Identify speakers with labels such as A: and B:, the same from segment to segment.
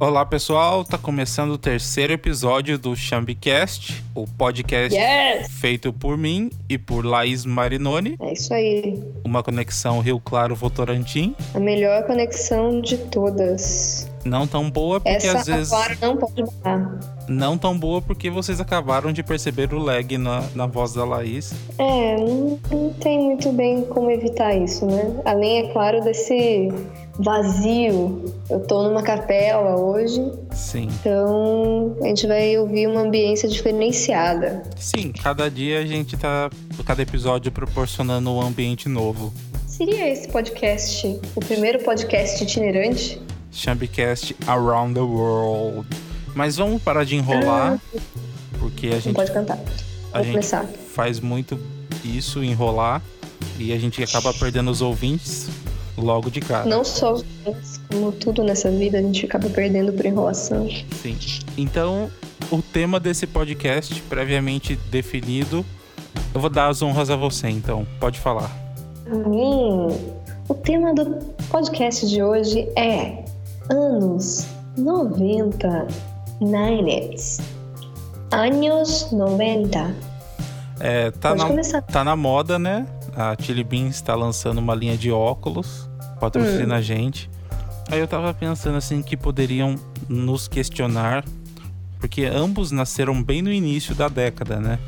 A: Olá pessoal, tá começando o terceiro episódio do Chambicast, o podcast
B: Yes!
A: feito por mim e por Laís Marinoni,
B: É isso aí.
A: uma conexão Rio Claro Votorantim,
B: A melhor conexão de todas.
A: não tão boa porque
B: Essa
A: É às vezes
B: agora não pode mudar.
A: não tão boa porque vocês acabaram de perceber o lag na, na voz da Laís.
B: É, não, não tem muito bem como evitar isso, né? Além, é claro, desse vazio. Eu tô numa capela hoje,
A: Sim.
B: então a gente vai ouvir uma ambiência diferenciada.
A: Sim, cada dia a gente tá cada episódio proporcionando um ambiente novo.
B: Seria esse podcast o primeiro podcast itinerante?
A: Chambicast Around the World. Mas vamos parar de enrolar,
B: Ah.
A: porque a
B: Não
A: gente
B: pode cantar.
A: a
B: Vou
A: gente tá
B: começar.
A: faz muito isso, enrolar, e a gente acaba perdendo os ouvintes logo de cara.
B: Não só os fãs, como tudo nessa vida, a gente acaba perdendo por enrolação.
A: Sim. Então, o tema desse podcast, previamente definido, eu vou dar as honras a você, então. Pode falar.
B: Hum, o tema do podcast de hoje é anos 90, nineties. Anos 90.
A: É, tá,
B: Pode
A: na,
B: começar.
A: tá na moda, né? A Chili Beans tá lançando uma linha de óculos,
B: Hum.
A: patrocina a gente. Aí eu tava pensando assim que poderiam nos questionar, porque ambos nasceram bem no início da década, né?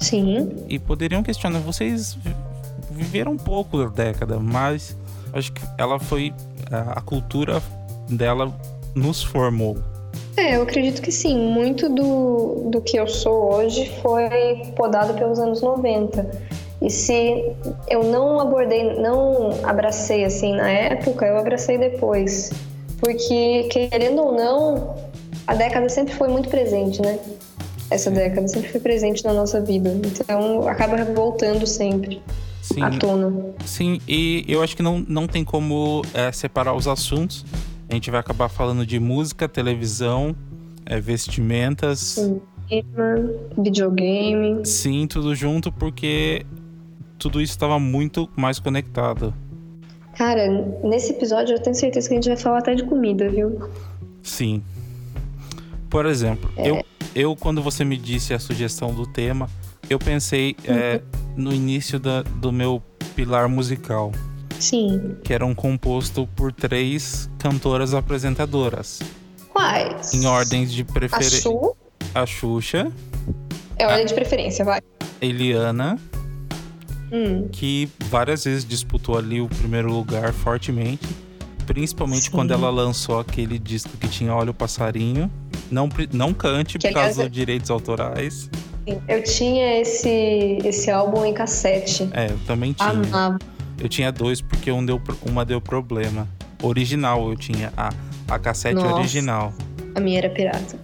B: Sim,
A: e poderiam questionar. Vocês vi- viveram um pouco da década, mas acho que ela foi. A a cultura dela nos formou.
B: é, eu acredito que sim. Muito do, do que eu sou hoje foi podado pelos anos 90. E se eu não abordei, não abracei assim na época, eu abracei depois. Porque, querendo ou não, a década sempre foi muito presente, né? Essa década sempre foi presente na nossa vida. Então, acaba voltando sempre
A: Sim,
B: à tona.
A: sim e eu acho que não, não tem como é, separar os assuntos. A gente vai acabar falando de música, televisão, é, vestimentas.
B: Videogame.
A: Sim, tudo junto, porque tudo isso estava muito mais conectado.
B: Cara, nesse episódio eu tenho certeza que a gente vai falar até de comida, viu?
A: Sim. Por exemplo, eu, eu quando você me disse a sugestão do tema, eu pensei é, no início da, do meu pilar musical,
B: Sim.
A: que era um composto por três cantoras apresentadoras,
B: Quais?
A: em ordens de
B: A
A: preferência:
B: Su
A: a Xuxa,
B: é
A: Ah.
B: ordem de preferência, vai.
A: Eliana,
B: Hum,
A: que várias vezes disputou ali o primeiro lugar fortemente, principalmente
B: Sim.
A: quando ela lançou aquele disco que tinha Olha o Passarinho. Não, pre- não cante
B: Que,
A: por causa
B: aliás, é-
A: dos direitos autorais.
B: eu tinha esse, esse álbum em cassete.
A: É, eu também
B: Ah,
A: tinha.
B: Amava.
A: Eu tinha dois porque um deu, pro- uma deu problema. Original eu tinha a, a cassete
B: Nossa.
A: original.
B: A minha era pirata.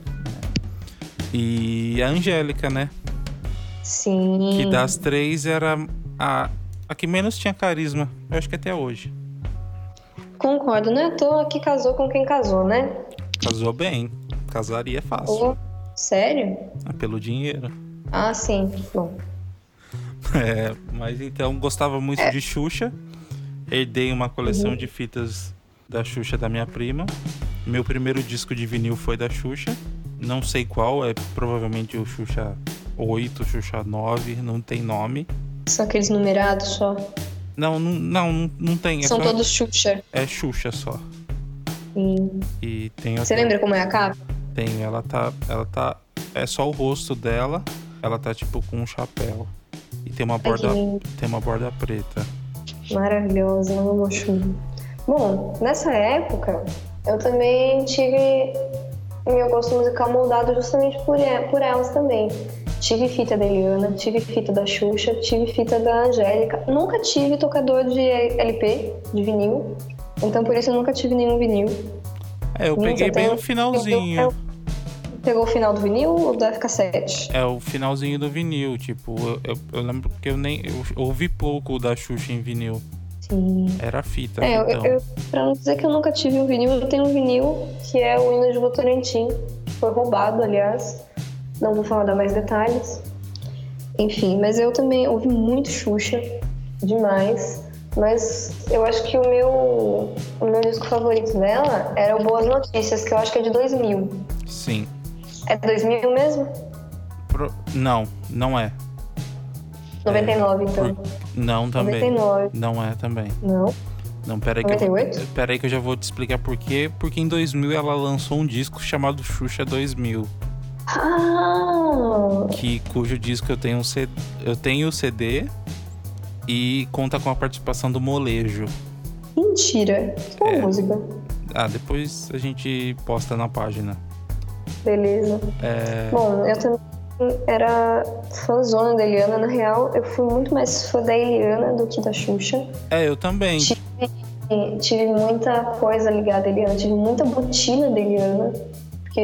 A: E a Angélica, né?
B: Sim.
A: Que das três era a, a que menos tinha carisma. Eu acho que até hoje.
B: Concordo, não é à toa que casou com quem casou, né?
A: Casou bem. Casaria fácil.
B: Ou- sério?
A: Ah, Pelo dinheiro.
B: Ah, sim. Bom.
A: É, mas então gostava muito
B: É.
A: de Xuxa. Herdei uma
B: Uhum.
A: coleção de fitas da Xuxa da minha prima. Meu primeiro disco de vinil foi da Xuxa. Não sei qual, é provavelmente o Xuxa 8, Xuxa 9, não tem nome.
B: São aqueles numerados só.
A: Não, não, não, não tem. É,
B: São
A: só-
B: todos Xuxa.
A: é Xuxa só.
B: Sim.
A: E tem
B: Você
A: outra-
B: lembra como é a capa?
A: Tem, ela tá. Ela tá. É só o rosto dela. Ela tá tipo com um chapéu. E tem uma
B: Ai, que
A: borda.
B: lindo.
A: Tem uma borda preta.
B: Maravilhosa, amo chuva. Bom, nessa época eu também tive meu gosto musical moldado justamente por, e- por elas também. Tive fita da Eliana, tive fita da Xuxa, tive fita da Angélica. Nunca tive tocador de LP, de vinil. Então por isso eu nunca tive nenhum vinil.
A: É, eu
B: Nossa,
A: peguei bem
B: tem-
A: no
B: É
A: finalzinho.
B: Pegou o final do vinil ou da cassete?
A: É o finalzinho do vinil, tipo, eu, eu- eu lembro que eu nem eu ouvi pouco da Xuxa em vinil.
B: Sim.
A: Era fita,
B: É, eu,
A: então.
B: eu, pra não dizer que eu nunca tive um vinil, eu tenho um vinil que é o hino de Votorantim, que foi roubado, aliás. Não vou falar dar mais detalhes. Enfim, mas eu também ouvi muito Xuxa, demais. Mas eu acho que o meu, o meu disco favorito dela era o Boas Notícias, que eu acho que é de 2000.
A: Sim.
B: É 2000 mesmo?
A: Pro- Não, não é.
B: 99, então.
A: Por- Não também.
B: 99.
A: Não é também.
B: Não?
A: Não, peraí que, eu vou...
B: 98?
A: peraí que eu já vou te explicar por quê. Porque em 2000 ela lançou um disco chamado Xuxa 2000,
B: Ah!
A: que, cujo disco eu tenho, um C... eu tenho o CD e conta com a participação do Molejo.
B: Mentira! Qual
A: É.
B: música?
A: Ah, depois a gente posta na página.
B: Beleza. Bom, eu também era fãzona da Eliana, na real, eu fui muito mais fã da Eliana do que da Xuxa.
A: É, eu também.
B: E tive muita coisa ligada a Eliana, tive muita botina da Eliana, porque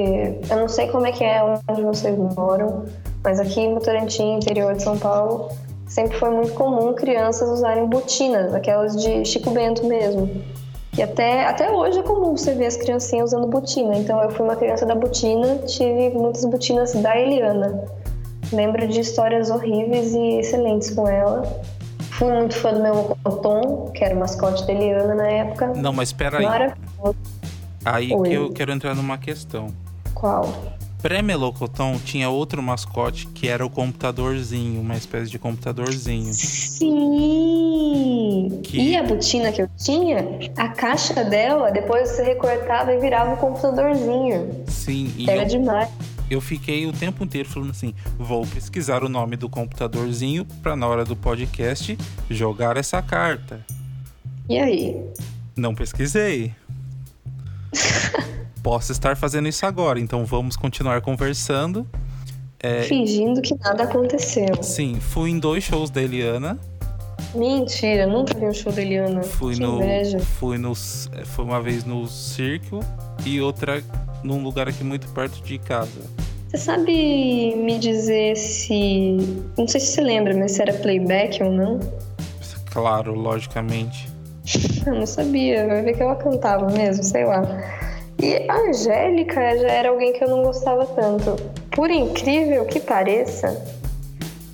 B: eu não sei como é que é onde vocês moram, mas aqui em Votorantim, interior de São Paulo, sempre foi muito comum crianças usarem botinas, aquelas de Chico Bento mesmo. E até, até hoje é comum você ver as criancinhas usando botina. Então eu fui uma criança da botina, tive muitas botinas da Eliana. Lembro de histórias horríveis e excelentes com ela. Fui muito fã do meu Tom, que era o mascote da Eliana na época.
A: Não, mas peraí.
B: Maravilhoso.
A: Aí
B: Oi.
A: que eu quero entrar numa questão.
B: Qual?
A: Pré-Melocotão tinha outro mascote que era o computadorzinho, uma espécie de computadorzinho.
B: Sim!
A: Que-
B: E a botina que eu tinha, a caixa dela, depois você recortava e virava um computadorzinho.
A: Sim, e
B: Era
A: eu,
B: demais.
A: eu fiquei o tempo inteiro falando assim: vou pesquisar o nome do computadorzinho pra na hora do podcast jogar essa carta.
B: E aí?
A: Não pesquisei. Posso estar fazendo isso agora, então vamos continuar conversando. É.
B: Fingindo que nada aconteceu.
A: Sim, fui em dois shows da Eliana.
B: Mentira, nunca vi um show da Eliana.
A: Fui
B: que
A: no.
B: inveja.
A: Fui no. Foi uma vez no circo e outra num lugar aqui muito perto de casa.
B: Você sabe me dizer se. Não sei se você lembra, mas se era playback ou não?
A: Claro, logicamente.
B: Eu não sabia, vai ver que ela cantava mesmo, sei lá. E a Angélica já era alguém que eu não gostava tanto. Por incrível que pareça,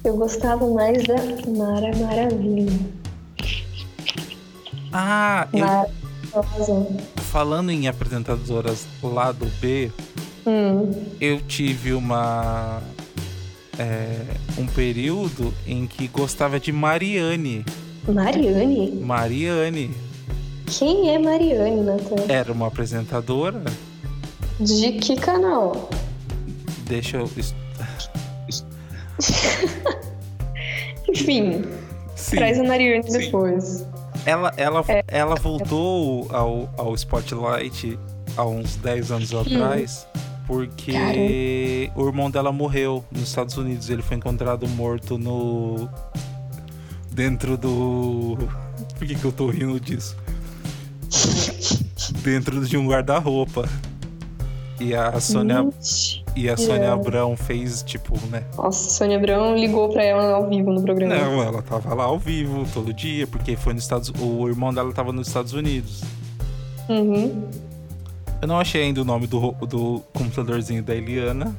B: eu gostava mais da Mara Maravilha.
A: Ah, eu,
B: Maravilhosa.
A: falando em apresentadoras lá do B,
B: Hum,
A: eu tive uma. é, um período em que gostava de Mariane.
B: Mariane?
A: Mariane
B: Quem é Mariane, Natan?
A: era uma apresentadora.
B: De que canal?
A: Deixa eu. es-
B: Enfim,
A: Sim.
B: traz a Mariane
A: Sim.
B: depois.
A: Ela, ela, ela voltou ao, ao Spotlight há uns 10 anos atrás, porque o irmão dela morreu nos Estados Unidos. Ele foi encontrado morto no. Dentro do. Por que, que eu tô rindo disso? Dentro de um guarda-roupa. E a Sônia,
B: Gente.
A: e a Sônia Abrão fez, tipo, né?
B: Nossa, Sônia Abrão ligou pra ela ao vivo no programa.
A: Não, ela tava lá ao vivo todo dia, porque foi nos Estados O irmão dela tava nos Estados Unidos.
B: Uhum.
A: Eu não achei ainda o nome do, ro- do computadorzinho da Eliana.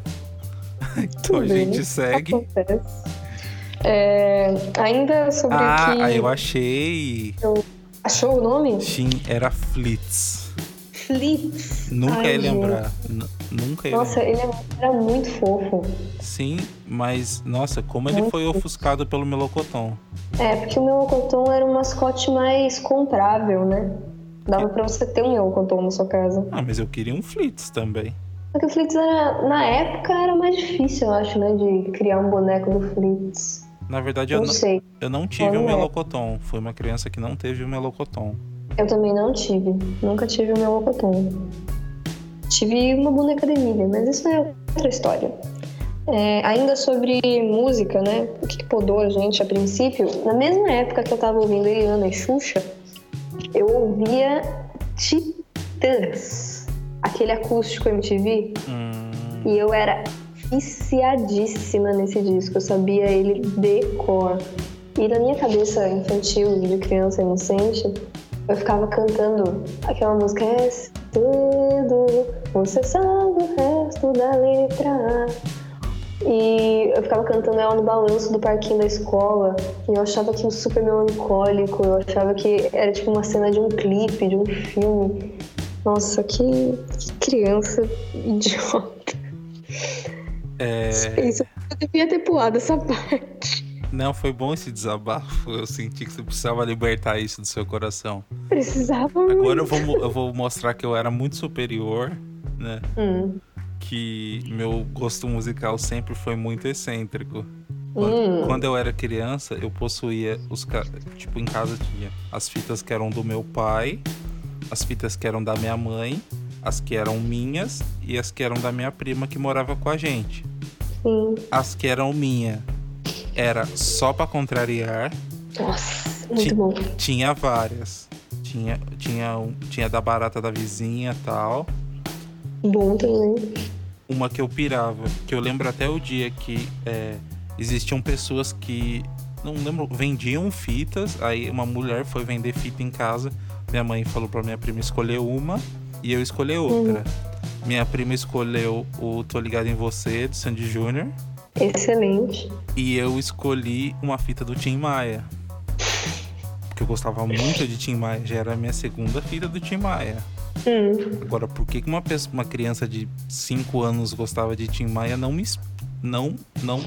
A: então a
B: Tudo bem.
A: gente
B: Tá
A: segue.
B: Acontece. É, ainda sobre o que...
A: Ah, aí eu achei.
B: Achou o nome?
A: Sim, era Flitz.
B: Flitz.
A: Nunca
B: Ai,
A: ia
B: gente.
A: lembrar. N- nunca ia
B: Nossa,
A: lembrar.
B: ele era muito fofo.
A: Sim, mas nossa, como ele foi ofuscado pelo Melocotão.
B: É, porque o meu Melocotão era um mascote mais comprável, né? Dava pra você ter um Melocotão na sua casa.
A: Ah, mas eu queria um Flitz também.
B: Só que o Flitz era... Na época era mais difícil, eu acho, né? De criar um boneco do Flitz.
A: Na verdade, eu
B: Não
A: não,
B: sei.
A: eu não tive
B: Olha.
A: um Melocotão. Fui uma criança que não teve um Melocotão.
B: Eu também não tive. Nunca tive o meu Locotom. Tive uma boneca da Emília, mas isso é outra história. É, ainda sobre música, né? O que que podou a gente a princípio? Na mesma época que eu tava ouvindo Eliana e Xuxa, eu ouvia Titãs, aquele acústico MTV.
A: Hum,
B: E eu era viciadíssima nesse disco, eu sabia ele de cor. E na minha cabeça infantil, de criança inocente, eu ficava cantando aquela música É tudo, você sabe o resto da letra A. E eu ficava cantando ela no balanço do parquinho da escola. E eu achava aquilo super melancólico. Eu achava que era tipo uma cena de um clipe, de um filme. Nossa, que, que criança idiota.
A: É...
B: Isso, eu devia ter pulado essa parte.
A: Não, foi bom esse desabafo. Eu senti que você precisava libertar isso do seu coração.
B: Precisava
A: Agora
B: muito.
A: eu vou, mo- eu vou mostrar que eu era muito superior, né?
B: Hum,
A: Que meu gosto musical sempre foi muito excêntrico. Quando,
B: hum,
A: quando eu era criança, eu possuía os ca- tipo em casa tinha as fitas que eram do meu pai, as fitas que eram da minha mãe, as que eram minhas e as que eram da minha prima que morava com a gente.
B: sim.
A: As que eram minha era só pra contrariar,
B: Nossa, muito
A: Ti-
B: bom.
A: tinha várias. Tinha tinha um- tinha da barata da vizinha, tal.
B: Bom também.
A: uma que eu pirava, que eu lembro até o dia que é, existiam pessoas que não lembro, vendiam fitas, aí uma mulher foi vender fita em casa, minha mãe falou pra minha prima escolher uma e eu escolhi outra. Minha prima escolheu o Tô Ligado em Você, do Sandy Júnior,
B: Excelente.
A: e eu escolhi uma fita do Tim Maia. Porque eu gostava muito de Tim Maia, já era a minha segunda fita do Tim Maia.
B: Hum,
A: Agora, por que que uma, pessoa, uma criança de 5 anos gostava de Tim Maia não me. es- Não, não,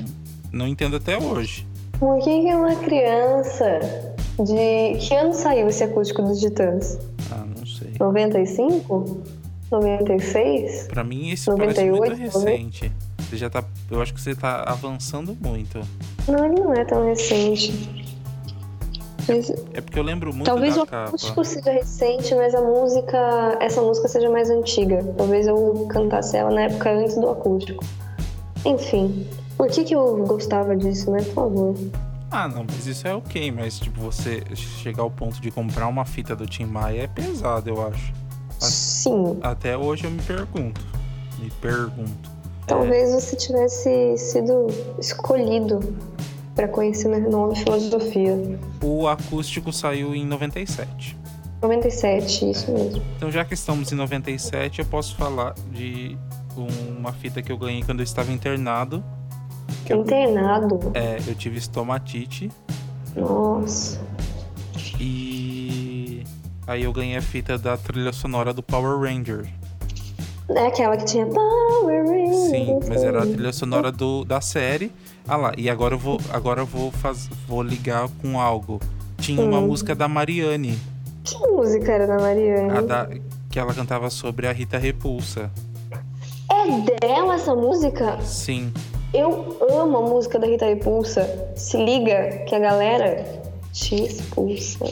A: não entendo até hoje.
B: por que que uma criança de. Que ano saiu esse acústico dos Titãs?
A: Ah, não sei.
B: 95? 96?
A: Pra mim, esse parece
B: 98,
A: muito
B: talvez?
A: recente. Você já tá. Eu acho que você tá avançando muito.
B: Não, ele não é tão recente. Mas
A: É porque eu lembro muito
B: Talvez o
A: da capa.
B: acústico seja recente, mas a música, essa música seja mais antiga. Talvez eu cantasse ela na época antes do acústico. Enfim, por que, que eu gostava disso, né? Por favor.
A: Ah, não, mas isso é ok, mas tipo, você chegar ao ponto de comprar uma fita do Tim Maia é pesado, eu acho.
B: Sim,
A: Até hoje eu me pergunto. Me pergunto.
B: talvez você tivesse sido escolhido para conhecer meu nome de filosofia.
A: O acústico saiu em 97.
B: 97, isso mesmo.
A: Então, já que estamos em 97, eu posso falar de uma fita que eu ganhei quando eu estava internado. Que eu,
B: Internado.
A: é, eu tive estomatite
B: Nossa.
A: e aí eu ganhei a fita da trilha sonora do Power Ranger.
B: É aquela que tinha Power Rangers.
A: Sim, mas era a trilha sonora do, da série. Ah lá, e agora eu vou, agora eu vou, faz, vou ligar com algo. Tinha uma
B: Hum.
A: música da Mariane,
B: Que música era da Mariana?
A: a da, que ela cantava sobre a Rita Repulsa.
B: É dela essa música?
A: Sim.
B: Eu amo a música da Rita Repulsa. Se liga que a galera te expulsa.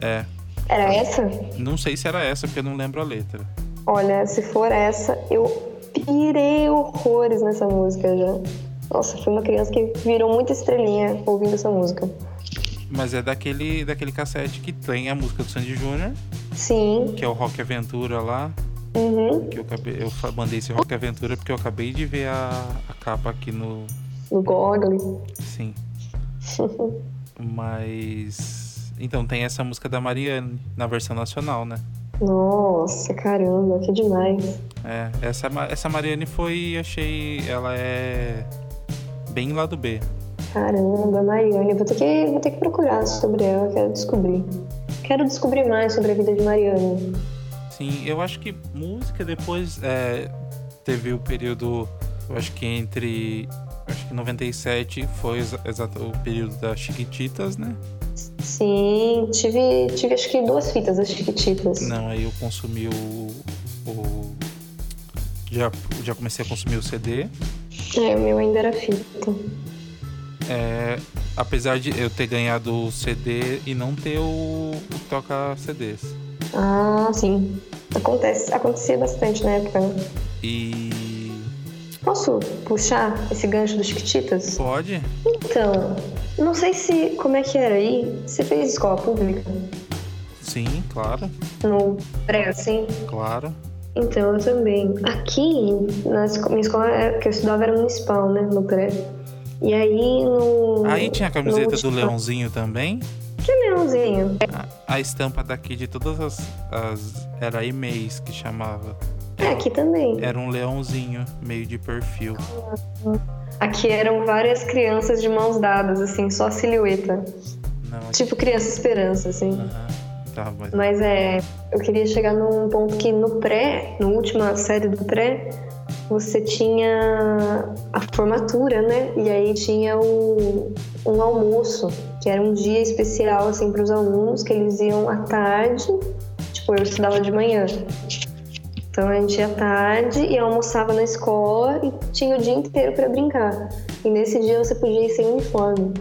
A: É.
B: Era essa?
A: Não sei se era essa, porque eu não lembro a letra.
B: Olha, se for essa, eu pirei horrores nessa música já. Nossa, fui uma criança que virou muita estrelinha ouvindo essa música.
A: Mas é daquele, daquele cassete que tem a música do Sandy Júnior,
B: Sim.
A: que é o Rock Aventura lá.
B: Uhum.
A: Que eu, acabei- eu fa- mandei esse Rock Aventura porque eu acabei de ver a, a capa aqui no.
B: Do Gogli.
A: Sim. Mas. Então tem essa música da Mariane, na versão nacional, né?
B: Nossa, caramba, que demais.
A: É, essa, Ma- essa Mariane foi, achei. Ela é. Bem lado B.
B: Caramba, Mariane. Vou ter que, vou ter que procurar sobre ela, quero descobrir. Quero descobrir mais sobre a vida de Mariane.
A: Sim, eu acho que música depois é, teve o período, eu acho que entre. Acho que 97 foi exa- exato o período das Chiquititas, né?
B: Sim, tive, tive acho que duas fitas das Chiquititas.
A: Não, aí eu consumi o. o- já, já comecei a consumir o CD.
B: É, o meu ainda era fita.
A: É, apesar de eu ter ganhado o CD e não ter o, o Toca CDs.
B: Ah, sim. Acontece, acontecia bastante na época. né?
A: E.
B: Posso puxar esse gancho dos Chiquititas?
A: Pode?
B: Então, não sei se como é que era aí. Você fez escola pública?
A: Sim, claro,
B: No pré, assim?
A: claro.
B: Então, eu também. Aqui, na esco- minha escola é- que eu estudava era municipal, né? No pré. E aí no.
A: Aí tinha a
B: no
A: camiseta do
B: último-
A: Leãozinho também.
B: Que leãozinho?
A: A estampa daqui de todas as, as- era e-mails que chamava.
B: É, aqui também.
A: Era um leãozinho, meio de perfil.
B: Aqui eram várias crianças de mãos dadas, assim, só a silhueta.
A: Não, aqui-
B: Tipo criança esperança, assim.
A: Aham. Tá, mas...
B: Mas é, eu queria chegar num ponto que no pré, na última série do pré, você tinha a formatura, né? E aí tinha o, um almoço, que era um dia especial assim para os alunos, que eles iam à tarde. Tipo, eu estudava de manhã. Então a gente ia à tarde e almoçava na escola e tinha o dia inteiro para brincar. E nesse dia você podia ir sem uniforme.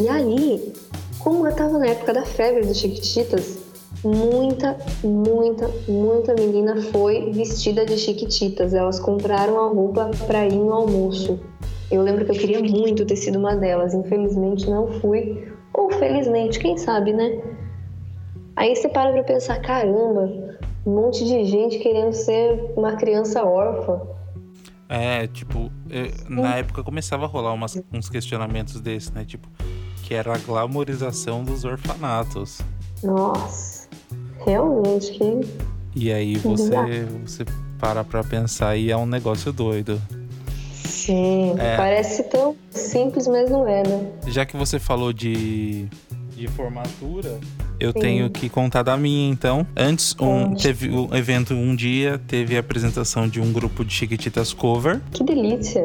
B: E aí, como eu tava na época da febre dos Chiquititas, muita, muita, muita menina foi vestida de Chiquititas. Elas compraram a roupa pra ir no almoço. Eu lembro que eu queria muito ter sido uma delas, infelizmente não fui. Ou felizmente, quem sabe, né? Aí você para pra pensar, caramba, um monte de gente querendo ser uma criança órfã.
A: É, tipo, eu- na época começava a rolar umas- uns questionamentos desses, né? Tipo, que era a glamorização dos orfanatos.
B: Nossa, realmente que
A: E aí você, você para pra pensar e é um negócio doido.
B: Sim, parece tão simples, mas não é, né?
A: Já que você falou de, de formatura, eu
B: Sim.
A: tenho que contar da minha, então. Antes, um,
B: Conte.
A: teve o evento um dia, teve a apresentação de um grupo de Chiquititas cover.
B: Que delícia.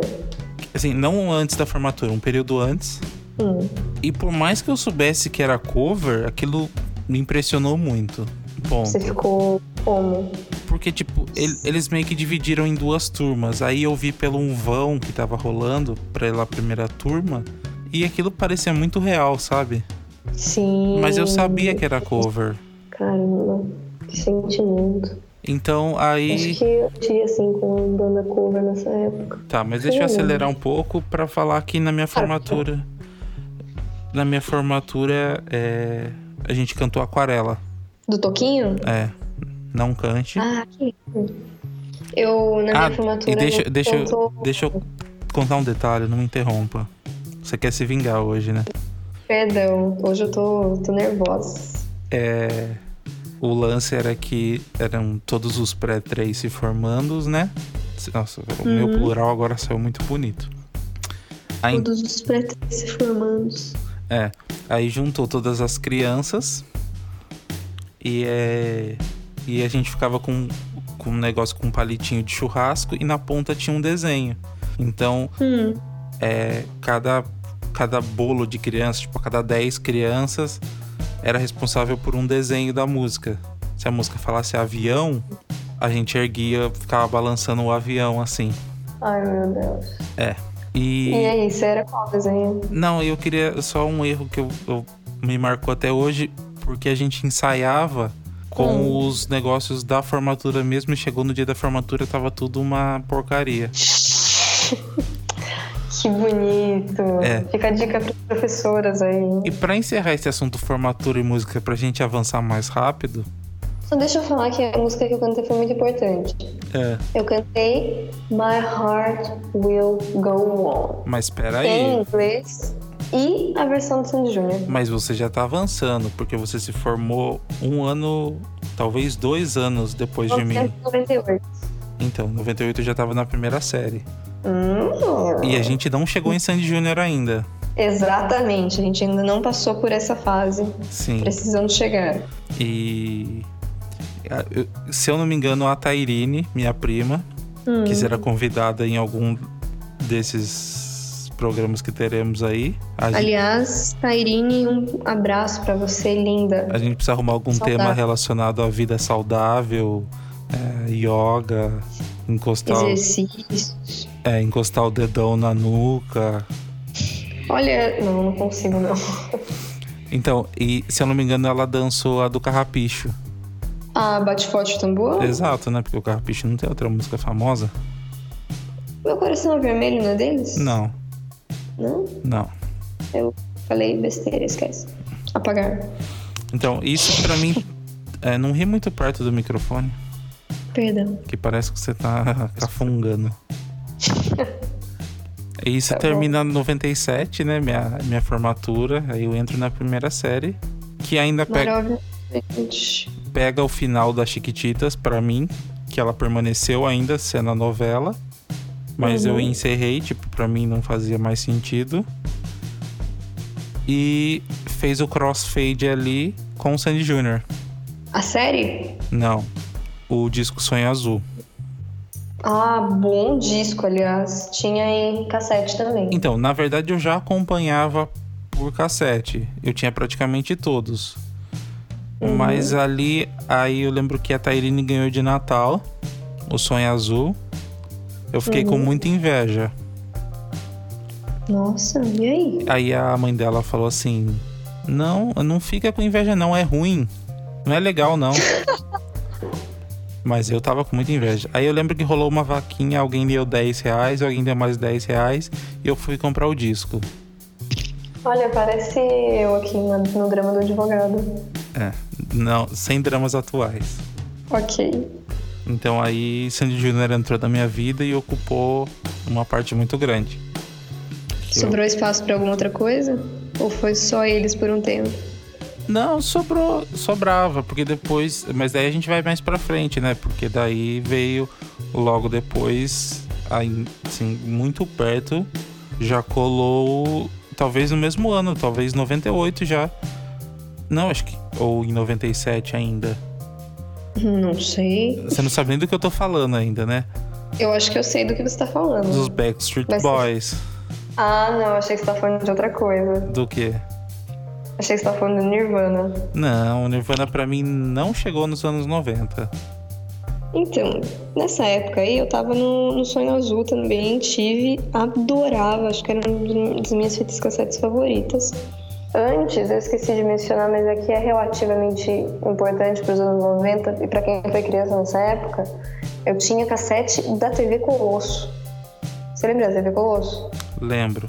A: Assim, não antes da formatura, um período antes.
B: Hum,
A: E por mais que eu soubesse que era cover, aquilo me impressionou muito. Bom,
B: você ficou como?
A: porque, tipo, el- eles meio que dividiram em duas turmas. Aí eu vi pelo um vão que tava rolando pra ir lá primeira turma. E aquilo parecia muito real, sabe?
B: Sim.
A: Mas eu sabia que era cover.
B: Caramba, que sentimento.
A: Então
B: Acho
A: aí.
B: que eu tinha assim com banda cover nessa época.
A: Tá, mas deixa eu acelerar um pouco pra falar que na minha formatura. Na minha formatura, é, a gente cantou aquarela.
B: Do Toquinho?
A: É. Não cante.
B: Ah, que Eu, na minha
A: Ah,
B: formatura,
A: e deixa-
B: eu
A: deixa eu-
B: cantou
A: Deixa eu contar um detalhe, não me interrompa. Você quer se vingar hoje, né?
B: Perdão, hoje eu tô, tô nervosa.
A: É, o lance era que eram todos os pré-3 se formandos, né? Nossa, o meu
B: Uhum.
A: plural agora saiu muito bonito. Aí,
B: Todos os pretens se formando.
A: aí juntou todas as crianças e, é, e a gente ficava com, com um negócio com um palitinho de churrasco e na ponta tinha um desenho. Então
B: Hum,
A: é, cada, cada bolo de criança, tipo, a cada 10 crianças, era responsável por um desenho da música. Se a música falasse avião, a gente erguia, ficava balançando o avião assim.
B: ai meu Deus.
A: E.
B: E aí, você era qual desenho?
A: Não, eu queria só um erro que eu, eu- me marcou até hoje, porque a gente ensaiava com os negócios da formatura mesmo e chegou no dia da formatura tava tudo uma porcaria.
B: Que bonito.
A: É.
B: Fica a dica para professoras aí.
A: E pra encerrar esse assunto formatura e música pra gente avançar mais rápido,
B: Só deixa eu falar que a música que eu cantei foi muito importante.
A: é,
B: Eu cantei My Heart Will Go On. é
A: Mas peraí.
B: Em inglês e a versão do Sandy Júnior.
A: Mas você já tá avançando, porque você se formou um ano, talvez dois anos depois de mim.
B: 1998.
A: Então, 98 eu já tava na primeira série.
B: Hum.
A: E a gente não chegou em Sandy Júnior ainda.
B: Exatamente, a gente ainda não passou por essa fase.
A: Sim.
B: Precisando chegar.
A: E. a- eu- Se eu não me engano, a Tairine, minha prima,
B: Hum.
A: que será convidada em algum desses programas que teremos aí. A gente,
B: Aliás, Tairine, um abraço pra você, linda.
A: a gente precisa arrumar algum tema
B: Saudável.
A: relacionado à vida saudável, é, yoga, encostar. o-
B: Exercícios.
A: É, encostar o dedão na nuca.
B: Olha, não, não consigo não.
A: Então, e se eu não me engano, ela dançou a do Carrapicho.
B: Ah, bate forte o tambor?
A: Exato, né? Porque o Carrapicho não tem outra música famosa?
B: Meu coração é vermelho, não é deles?
A: Não,
B: Não?
A: não.
B: Eu falei besteira, esquece. Apagar.
A: Então, isso pra mim. é, não ri muito perto do microfone,
B: Perdão.
A: que parece que você tá cafungando. E isso
B: Tá bom.
A: termina em 97, né? Minha, minha formatura. Aí eu entro na primeira série. Que ainda pega,
B: Maravilha. Gente.
A: pega o final das Chiquititas pra mim. que ela permaneceu ainda sendo a novela, mas
B: Uhum.
A: eu encerrei, tipo, pra mim não fazia mais sentido. E fez o crossfade ali com o Sandy Jr.
B: A série?
A: Não, o disco Sonho Azul.
B: Ah, bom disco, aliás. Tinha em cassete também.
A: Então, na verdade eu já acompanhava por cassete. Eu tinha praticamente todos. Mas ali, aí eu lembro que a Tairine ganhou de Natal, o Sonho Azul. Eu fiquei com muita inveja.
B: Nossa, e aí?
A: Aí a mãe dela falou assim: Não, não fica com inveja, não, é ruim. Não é legal, não. Mas eu tava com muita inveja. Aí eu lembro que rolou uma vaquinha, alguém deu 10 reais, alguém deu mais 10 reais, e eu fui comprar o disco.
B: Olha, parece eu aqui na- no drama do advogado.
A: Não, sem dramas atuais.
B: Ok.
A: Então aí Sandy Júnior entrou na minha vida e ocupou uma parte muito grande. Eu-
B: Sobrou espaço pra alguma outra coisa? Ou foi só eles por um tempo?
A: Não, sobrou, sobrava, porque depois, mas daí a gente vai mais pra frente, né? Porque daí veio logo depois, aí, assim, muito perto, já colou talvez no mesmo ano, talvez 98 já. Não, acho que ou em 97 ainda.
B: Não sei.
A: Você não sabe nem do que eu tô falando ainda, né?
B: Eu acho que eu sei do que você tá
A: Dos
B: falando.
A: Backstreet
B: Mas-
A: Boys,
B: Ah, não, achei que você tá falando de outra coisa.
A: do quê?
B: Achei que você tá falando do Nirvana.
A: Não, o Nirvana pra mim não chegou nos anos 90.
B: Então, nessa época aí, eu tava no, no Sonho Azul também, tive, adorava, acho que era uma das minhas fitas cassetes favoritas. Antes, eu esqueci de mencionar, mas aqui é relativamente importante para os anos 90 e para quem foi criança nessa época, eu tinha cassete da TV Colosso. Você lembra da TV Colosso?
A: Lembro.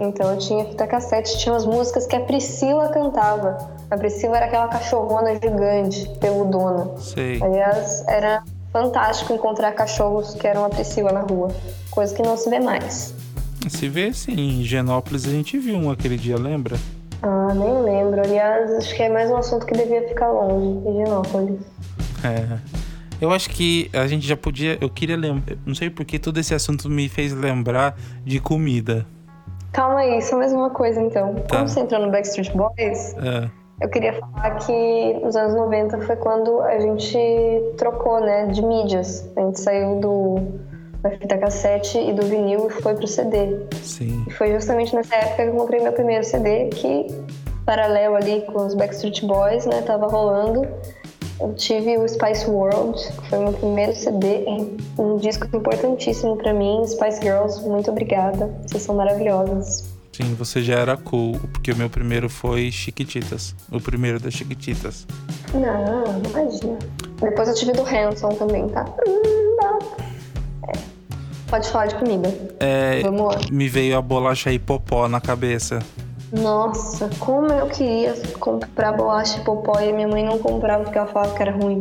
B: Então eu tinha fita cassete, tinha umas músicas que a Priscila cantava. A Priscila era aquela cachorrona gigante, peludona.
A: Sei.
B: Aliás, era fantástico encontrar cachorros que eram a Priscila na rua, coisa que não se vê mais.
A: Se vê sim, em Genópolis a gente viu um aquele dia, lembra?
B: Ah, nem lembro. Aliás, acho que é mais um assunto que devia ficar longe, Higienópolis.
A: É. Eu acho que a gente já podia. Eu queria lembrar. Não sei porque todo esse assunto me fez lembrar de comida.
B: Calma aí, só mais uma coisa então.
A: Tá.
B: Como você entrou no Backstreet Boys,
A: É.
B: eu queria falar que nos anos 90 foi quando a gente trocou, né, de mídias. A gente saiu do da fita cassete e do vinil e foi pro CD.
A: sim.
B: E foi justamente nessa época que eu comprei meu primeiro CD, que paralelo ali com os Backstreet Boys, né, tava rolando. Eu tive o Spice World, que foi meu primeiro CD, é um disco importantíssimo pra mim. Spice Girls, muito obrigada, vocês são maravilhosas.
A: Sim, você já era cool, porque o meu primeiro foi Chiquititas. O primeiro das Chiquititas.
B: Não, imagina. Depois eu tive do Hanson também, tá? Hum, não. É. Pode falar de comida.
A: É,
B: Vamos lá.
A: me veio a bolacha hipopó na cabeça.
B: Nossa, como eu queria comprar bolacha e popó e a minha mãe não comprava porque ela falava que era ruim.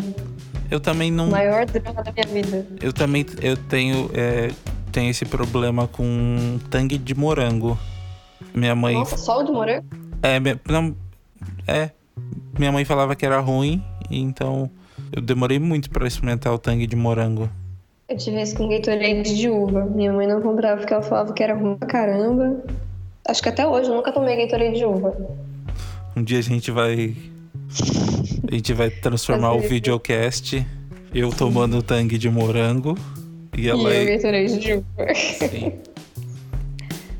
A: Eu também não.
B: Maior drama da minha vida.
A: Eu também eu tenho, é, tenho esse problema com tangue de morango. Minha mãe.
B: Nossa, só o de morango?
A: É, minha, não, é. Minha mãe falava que era ruim, e então eu demorei muito pra experimentar o tangue de morango.
B: Eu tive isso com Gatorade de uva. Minha mãe não comprava porque ela falava que era ruim pra caramba. Acho que até hoje eu nunca tomei Gatorade de uva.
A: Um dia a gente vai. A gente vai transformar o
B: Fazer.
A: videocast eu tomando tangue de morango e ela. é-
B: e eu Gatorade de uva.
A: Sim.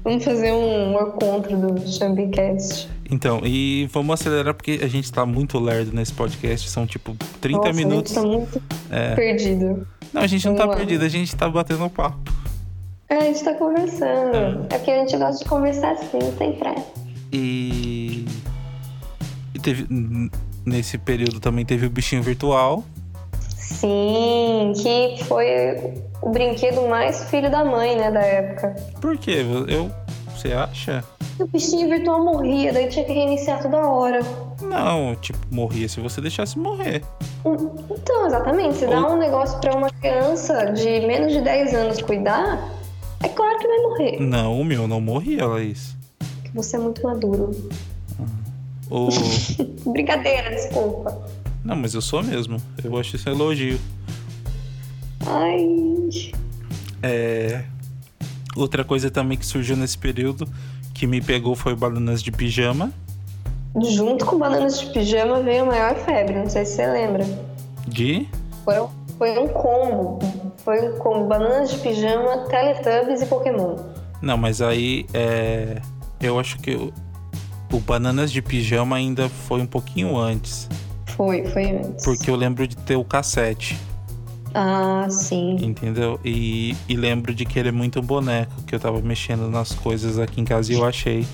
B: Vamos fazer um encontro do Chambicast.
A: Então, e vamos acelerar porque a gente tá muito lerdo nesse podcast, são tipo 30
B: Nossa,
A: minutos. É.
B: A gente tá muito perdido.
A: Não, a gente não tá
B: Vamos lá.
A: perdido, a gente tá batendo papo.
B: É, a gente tá conversando. É porque a gente gosta de conversar assim, sem pressa.
A: E. e teve, n- nesse período também teve o bichinho virtual.
B: Sim, que foi o brinquedo mais filho da mãe, né, da época.
A: Por quê? Eu. Você acha?
B: O bichinho virtual morria, daí tinha que reiniciar toda hora.
A: Não, tipo, morria se você deixasse morrer.
B: Hum, Então, exatamente, se dá um negócio pra uma criança de menos de 10 anos cuidar, é claro que vai morrer.
A: Não, o meu não morria, Laís.
B: Que Você é muito maduro.
A: O...
B: Brincadeira, desculpa.
A: não, mas eu sou mesmo. Eu acho isso um elogio.
B: Ai.
A: É, outra coisa também que surgiu nesse período que me pegou foi Bananas de Pijama.
B: Junto com Bananas de Pijama veio a maior febre, não sei se você lembra.
A: De?
B: Foram, foi um combo. Foi um combo Bananas de Pijama, Teletubbies e Pokémon.
A: Não, mas aí é, eu acho que o, o Bananas de Pijama ainda foi um pouquinho antes.
B: Foi, foi antes.
A: Porque eu lembro de ter o cassete.
B: Ah, sim.
A: Entendeu? E, e lembro de querer muito um boneco, que eu tava mexendo nas coisas aqui em casa e eu achei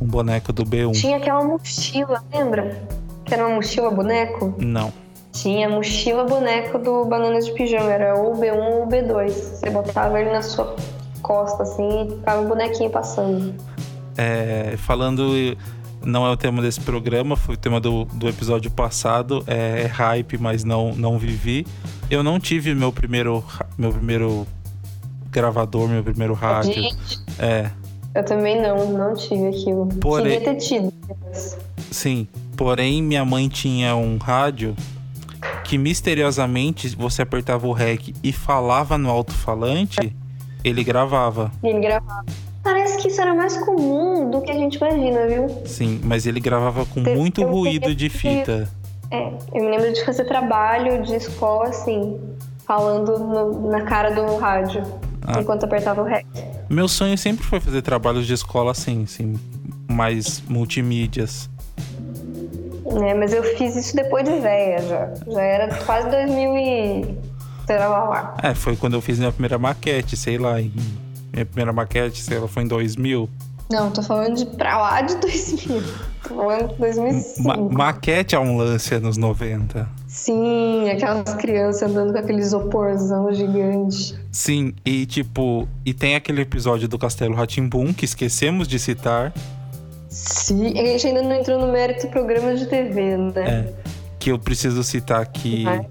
A: um boneco do B1.
B: Tinha aquela mochila, lembra? Que era uma mochila boneco?
A: Não.
B: Tinha a mochila boneco do Bananas de Pijama, era ou o B1 ou o B2. Você botava ele na sua costa, assim, e ficava o bonequinho passando.
A: É, falando, não é o tema desse programa, foi o tema do, do episódio passado, é, é hype, mas não, não vivi. Eu não tive meu primeiro, ra- meu primeiro gravador, meu primeiro rádio.
B: Gente,
A: Ah, É,
B: eu também não, não tive aquilo.
A: Porém-
B: Queria ter tido.
A: sim. Porém, minha mãe tinha um rádio que misteriosamente você apertava o REC e falava no alto-falante, ele gravava.
B: E ele gravava. Parece que isso era mais comum do que a gente imagina, viu?
A: Sim, mas ele gravava com
B: Tem-
A: muito
B: tem um
A: ruído
B: tempo
A: de
B: que-
A: fita.
B: É, eu me lembro de fazer trabalho de escola, assim, falando no- na cara do rádio,
A: Ah.
B: enquanto apertava o rec.
A: Meu sonho sempre foi fazer trabalhos de escola assim, assim, mais multimídias.
B: Né? Mas eu fiz isso depois de véia já. Já era quase 2000 e... sei lá, lá, lá.
A: É, foi quando eu fiz minha primeira maquete, sei lá. em- Minha primeira maquete, sei lá, foi em 2000.
B: Não, tô falando de pra lá de 2000. Tô falando de 2005.
A: Ma maquete é um lance anos 90.
B: Sim, aquelas crianças andando com aquele isoporzão gigante.
A: Sim, e tipo, e tem aquele episódio do Castelo Ratimbum que esquecemos de citar,
B: Sim, a gente ainda não entrou no mérito do programa de TV, né?
A: É. que eu preciso citar que
B: Vai.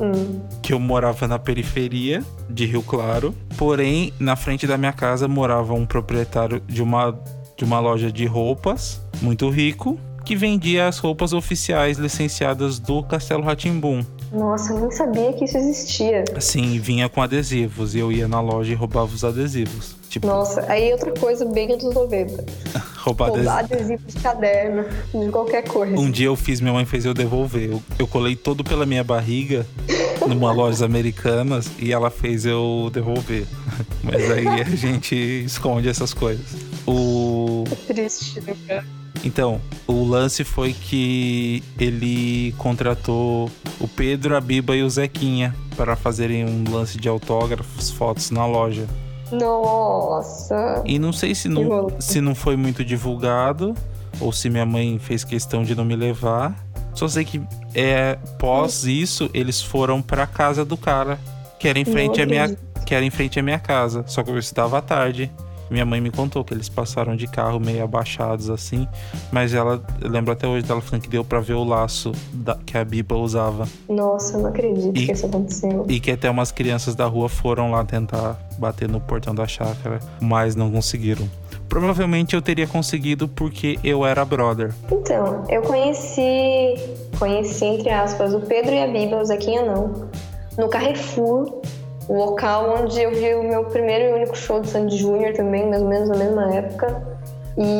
B: Hum.
A: que eu morava na periferia de Rio Claro, porém na frente da minha casa morava um proprietário de uma, de uma loja de roupas muito rico que vendia as roupas oficiais licenciadas do Castelo Ratimbum.
B: Nossa, eu nem sabia que isso existia.
A: Assim, vinha com adesivos e eu ia na loja e roubava os adesivos. Tipo,
B: Nossa, aí outra coisa bem anos 90.
A: roubar adesivo.
B: Roubar adesivo de caderno, de qualquer coisa.
A: Um dia eu fiz, minha mãe fez eu devolver. Eu, eu colei todo pela minha barriga numa loja americanas e ela fez eu devolver. Mas aí a gente esconde essas coisas. O
B: Triste, né? cara?
A: então, o lance foi que ele contratou o Pedro, a Biba e o Zequinha para fazerem um lance de autógrafos, fotos na loja.
B: Nossa.
A: E não sei se
B: Que
A: não,
B: rolo.
A: se não foi muito divulgado ou se minha mãe fez questão de não me levar. Só sei que é, pós isso, eles foram pra casa do cara, que era em frente
B: Não
A: à minha,
B: acredito.
A: que era em frente à minha casa. Só que eu estava à tarde. Minha mãe me contou que eles passaram de carro meio abaixados assim, mas ela eu lembro até hoje dela falando que deu pra ver o laço da- que a Biba usava
B: Nossa, eu não acredito
A: E-
B: que isso aconteceu.
A: e que até umas crianças da rua foram lá tentar bater no portão da chácara, mas não conseguiram. Provavelmente eu teria conseguido porque eu era brother.
B: Então, eu conheci, conheci entre aspas, o Pedro e a Bíblia, o Zequinha não, no Carrefour, o local onde eu vi o meu primeiro e único show do Sandy Júnior também, mais ou menos na mesma época.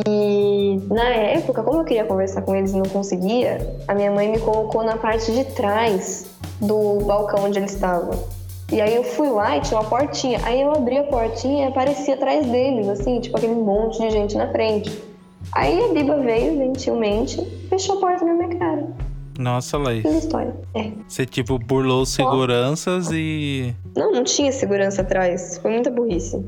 B: E na época, como eu queria conversar com eles e não conseguia, a minha mãe me colocou na parte de trás do balcão onde eles estavam. E aí eu fui lá e tinha uma portinha. Aí eu abri a portinha e aparecia atrás deles, assim, tipo aquele monte de gente na frente. Aí a Biba veio gentilmente, fechou a porta na minha cara.
A: Nossa, Laís.
B: Fim da história. É.
A: Você, tipo, burlou os seguranças e.
B: Não, não tinha segurança atrás. Foi muita burrice.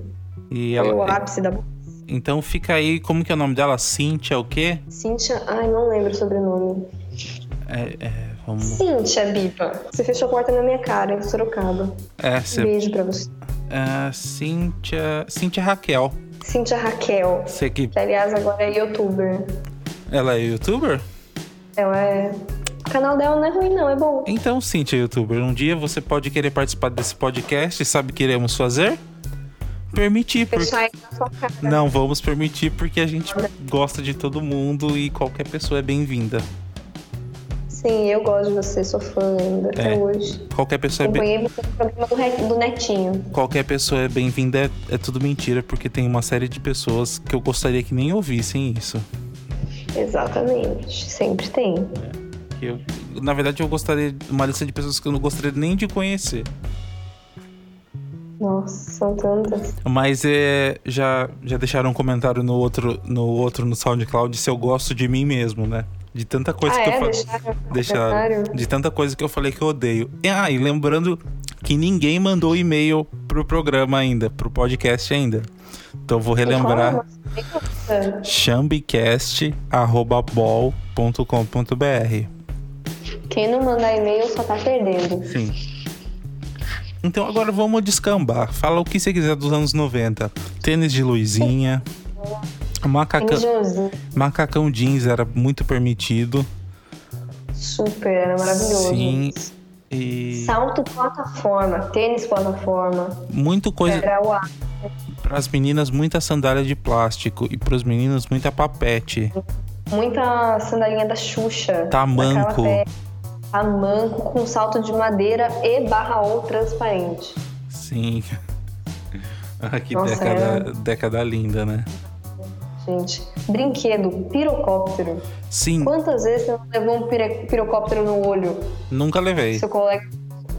A: E
B: Foi o
A: ela.
B: ápice da bu-
A: Então fica aí, como que é o nome dela? Cintia o quê?
B: Cíntia. Ai, não lembro o sobrenome.
A: É, é, vamos.
B: Cíntia Biba. Você fechou a porta na minha cara, em Sorocaba.
A: É, cê,
B: Beijo pra você.
A: é Cintia. Cintia Raquel.
B: Cíntia Raquel.
A: Você que.
B: Que aliás agora é youtuber.
A: Ela é youtuber?
B: Ela é. O canal dela não é ruim, não, é bom.
A: Então, Cintia Youtuber, um dia você pode querer participar desse podcast e sabe o que iremos fazer? Permitir, porque.
B: Fechar ele na sua cara.
A: Não vamos permitir porque a gente gosta de todo mundo e qualquer pessoa é bem-vinda.
B: Sim, eu gosto de você, sou fã ainda até
A: É.
B: hoje.
A: Qualquer pessoa é bem-
B: Acompanhei você no programa do Re- do Netinho.
A: qualquer pessoa é bem-vinda, é, é tudo mentira, porque tem uma série de pessoas que eu gostaria que nem ouvissem isso.
B: Exatamente. Sempre tem.
A: Que eu, na verdade, eu gostaria de uma lista de pessoas que eu não gostaria nem de conhecer.
B: Nossa, são tantas.
A: Mas é, já, já deixaram um comentário no outro, no outro no SoundCloud se eu gosto de mim mesmo, né? De tanta coisa
B: ah,
A: que
B: é?
A: eu falei.
B: Deixaram um
A: deixaram.
B: comentário?
A: De tanta coisa que eu falei que eu odeio. E, ah, e lembrando que ninguém mandou e-mail pro programa ainda, pro podcast ainda. Então eu vou relembrar
B: Qual? Nossa,
A: chambicast.bol.com.br.
B: Quem não mandar e-mail só tá perdendo.
A: Sim. Então agora vamos descambar. Fala o que você quiser dos anos 90. Tênis de luzinha.
B: Tem
A: Macacão,
B: Josi.
A: macacão jeans era muito permitido.
B: Super, era maravilhoso.
A: Sim. E
B: Salto plataforma, tênis plataforma.
A: muito coisa.
B: Era o ar.
A: Para as meninas, muita sandália de plástico. E para os meninos, muita papete.
B: Muita sandalinha da Xuxa.
A: Tamanco.
B: Aquela pé- Tamanco com salto de madeira e barra ou transparente.
A: Sim. Ah, que
B: Nossa, é.
A: década,
B: era-
A: década linda, né?
B: Gente, brinquedo, pirocóptero.
A: Sim,
B: Quantas vezes você não levou um pire- pirocóptero no olho?
A: nunca levei.
B: Seu colega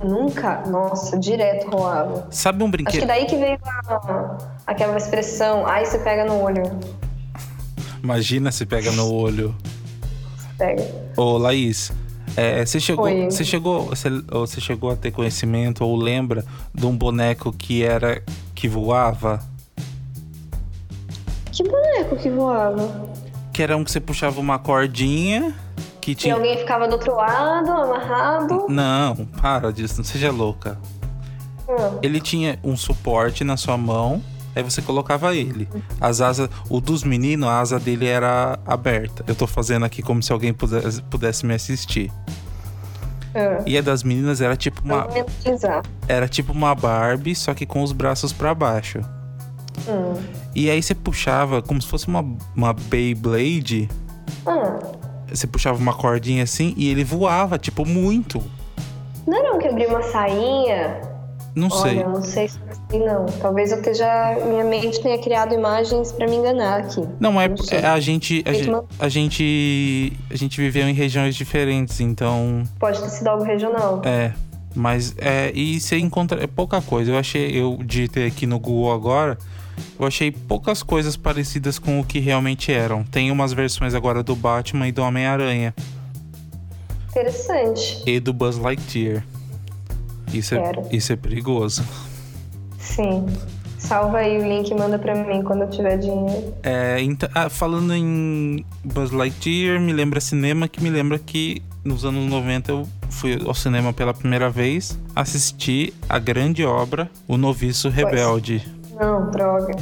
B: nunca? Nossa, direto rolava.
A: Sabe um
B: Acho que
A: brinquedo?
B: daí que veio a- aquela expressão, ai, você pega no olho.
A: Imagina se pega no olho.
B: Pega.
A: Ô, Laís, é, você chegou,
B: Oi.
A: você chegou, você, ou você chegou a ter conhecimento ou lembra de um boneco que era que voava,
B: Que boneco que voava.
A: que era um que você puxava uma cordinha que
B: E
A: tinha
B: alguém ficava do outro lado, amarrado.
A: Não, para disso, não seja louca.
B: Ah,
A: Ele tinha um suporte na sua mão, aí você colocava ele. As asas, o dos meninos, a asa dele era aberta. Eu tô fazendo aqui como se alguém pudesse, pudesse me assistir.
B: ah.
A: E a das meninas era tipo uma,
B: Vamos mentalizar.
A: era tipo uma Barbie, só que com os braços pra baixo.
B: Hum.
A: E aí você puxava como se fosse uma, uma Beyblade.
B: Ah,
A: Você puxava uma cordinha assim e ele voava, tipo, muito.
B: não era um que abriu uma sainha?
A: Não
B: Olha,
A: sei.
B: eu não sei se eu sei, não. Talvez eu esteja. Minha mente tenha criado imagens pra me enganar aqui.
A: Não, é,
B: sei.
A: é, a gente. A
B: Tem que
A: gente,
B: mandar.
A: a gente. A gente viveu em regiões diferentes, então.
B: Pode ter sido algo regional.
A: É. Mas é. E você encontra. É pouca coisa. Eu achei. Eu digitei aqui no Google agora. Eu achei poucas coisas parecidas com o que realmente eram. Tem umas versões agora do Batman e do Homem-Aranha.
B: Interessante.
A: E do Buzz Lightyear. Isso é,
B: Quero.
A: isso é perigoso.
B: Sim. Salva aí o link e manda pra mim quando eu tiver dinheiro.
A: É, então, ah, falando em Buzz Lightyear, me lembra cinema que me lembra que nos anos 90 eu fui ao cinema pela primeira vez, assisti a grande obra O Noviço Rebelde.
B: Não, droga.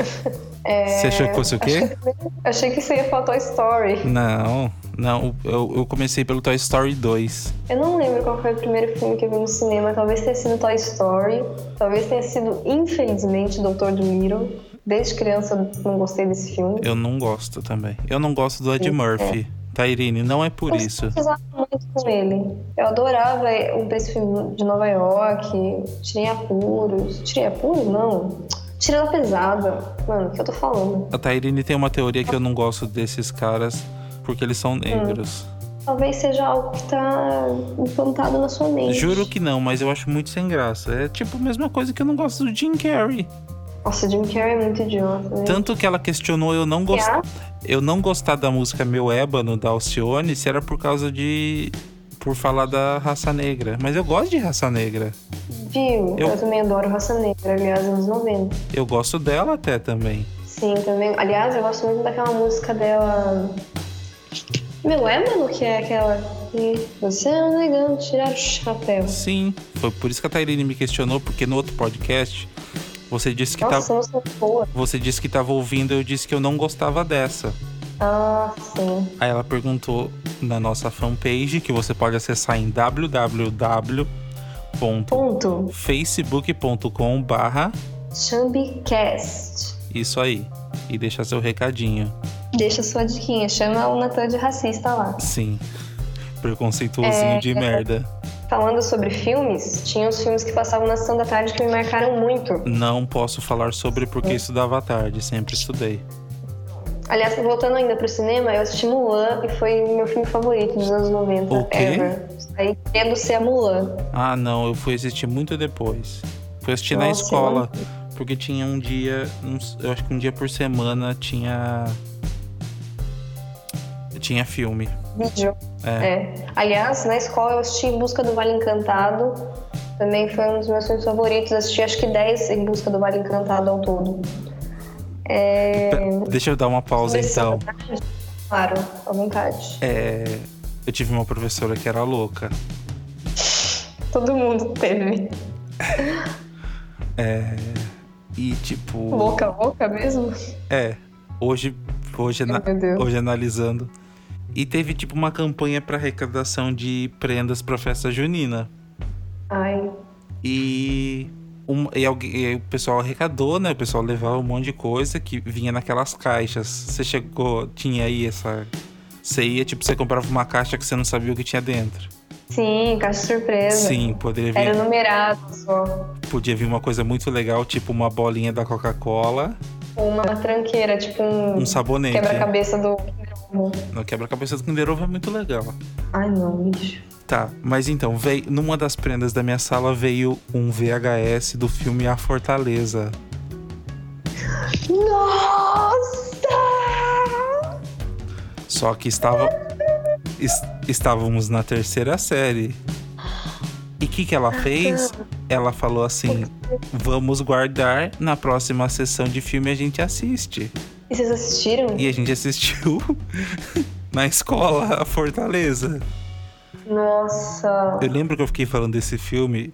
B: É,
A: Você achou que fosse o quê?
B: Achei que, achei que isso ia faltar Story.
A: Não, não, eu, eu comecei pelo Toy Story 2.
B: Eu não lembro qual foi o primeiro filme que eu vi no cinema. Talvez tenha sido Toy Story. Talvez tenha sido, infelizmente, Doutor do Miro. Desde criança eu não gostei desse filme.
A: Eu não gosto também. Eu não gosto do Ed
B: Sim,
A: Murphy. Tá, Irene? Não é por
B: Eu
A: isso.
B: simpatizava muito com ele. Eu adorava o príncipe de Nova York, Tirem Apuros. Tirem Apuros? Não. Tirando pesada. Mano, o que eu tô falando?
A: A Tairine tem uma teoria que eu não gosto desses caras porque eles são negros.
B: Talvez seja algo que tá implantado na sua mente.
A: Juro que não, mas eu acho muito sem graça. É tipo a mesma coisa que eu não gosto do Jim Carrey.
B: Nossa, Jim Carrey é muito idiota. Né? é
A: Tanto que ela questionou eu não, gost...
B: Yeah.
A: eu não gostar da música Meu Ébano, da Alcione, se era por causa de. por falar da raça negra. Mas eu gosto de raça negra.
B: Viu?
A: Eu-
B: Eu... também adoro Raça Negra, aliás, anos 90.
A: Eu gosto dela até também.
B: Sim, também. Aliás, eu gosto muito daquela música dela. Meu, é, mano, que é aquela. E Você é um negão, tirar o chapéu.
A: Sim, foi por isso que a Tairine me questionou, porque no outro podcast você disse que tá-
B: Nossa,
A: tava.
B: essa música é muito boa.
A: Você disse que tava ouvindo, eu disse que eu não gostava dessa.
B: Ah, sim.
A: Aí ela perguntou na nossa fanpage, que você pode acessar em www.facebook.com
B: Ponto. Chambicast.
A: Isso aí. E deixar seu recadinho.
B: Deixa sua diquinha. Chama o Natan de racista lá.
A: Sim. preconceituosinho
B: É.
A: de merda.
B: Falando sobre filmes, tinha os filmes que passavam na sessão da tarde que me marcaram muito.
A: Não posso falar sobre
B: É.
A: porque estudava à tarde, sempre estudei.
B: Aliás, voltando ainda pro cinema, eu assisti Mulan e foi o meu filme favorito dos anos 90,
A: O quê?
B: ever. Aí querendo ser a Mulan.
A: Ah, não, eu fui assistir muito depois. Fui assistir na
B: Nossa,
A: escola, porque tinha um dia, uns- eu acho que um dia por semana tinha tinha filme.
B: Vídeo. É. Aliás, na escola eu assisti Em Busca do Vale Encantado. Também foi um dos meus filmes favoritos. Assisti acho que 10 Em Busca do Vale Encantado ao todo. É...
A: Deixa eu dar uma pausa
B: Sessão
A: então.
B: da tarde? Claro, à vontade.
A: É, eu tive uma professora que era louca.
B: Todo mundo teve.
A: E tipo.
B: Boca a boca mesmo?
A: É. Hoje, hoje, ana-
B: Meu Deus.
A: hoje analisando. E teve tipo uma campanha pra arrecadação de prendas pra festa junina.
B: Ai,
A: E, um, e, alguém, e o pessoal arrecadou, né? O pessoal levava um monte de coisa que vinha naquelas caixas. Você chegou, tinha aí essa. Você ia, tipo, você comprava uma caixa que você não sabia o que tinha dentro.
B: sim, caixa surpresa.
A: Sim, poderia vir,
B: Era numerado só.
A: podia vir uma coisa muito legal, tipo uma bolinha da Coca-Cola,
B: Uma tranqueira, tipo um,
A: um sabonete.
B: quebra-cabeça do Kinder Ovo.
A: No quebra-cabeça do Kinder Ovo é muito legal.
B: Ai não, bicho.
A: Tá, mas então, veio, numa das prendas da minha sala veio um VHS do filme A Fortaleza.
B: Nossa!
A: Só que estava, es- estávamos na terceira série. E o que, que ela fez? Ela falou assim: vamos guardar, na próxima sessão de filme a gente assiste.
B: E vocês assistiram?
A: E a gente assistiu na escola, a Fortaleza.
B: Nossa!
A: Eu lembro que eu fiquei falando desse filme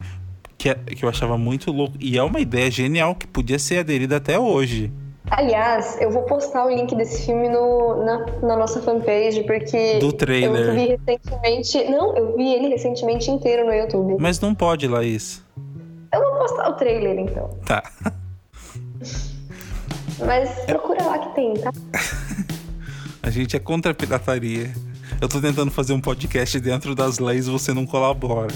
A: que, é- que eu achava muito louco. E é uma ideia genial que podia ser aderida até hoje.
B: Aliás, eu vou postar o link desse filme no, na, na nossa fanpage, porque
A: Do trailer.
B: eu vi recentemente. Não, eu vi ele recentemente inteiro no YouTube.
A: Mas não pode, Laís.
B: Eu vou postar o trailer então.
A: Tá.
B: Mas procura lá que tem, tá?
A: A gente é contra a pirataria. Eu tô tentando fazer um podcast dentro das leis, você não colabora.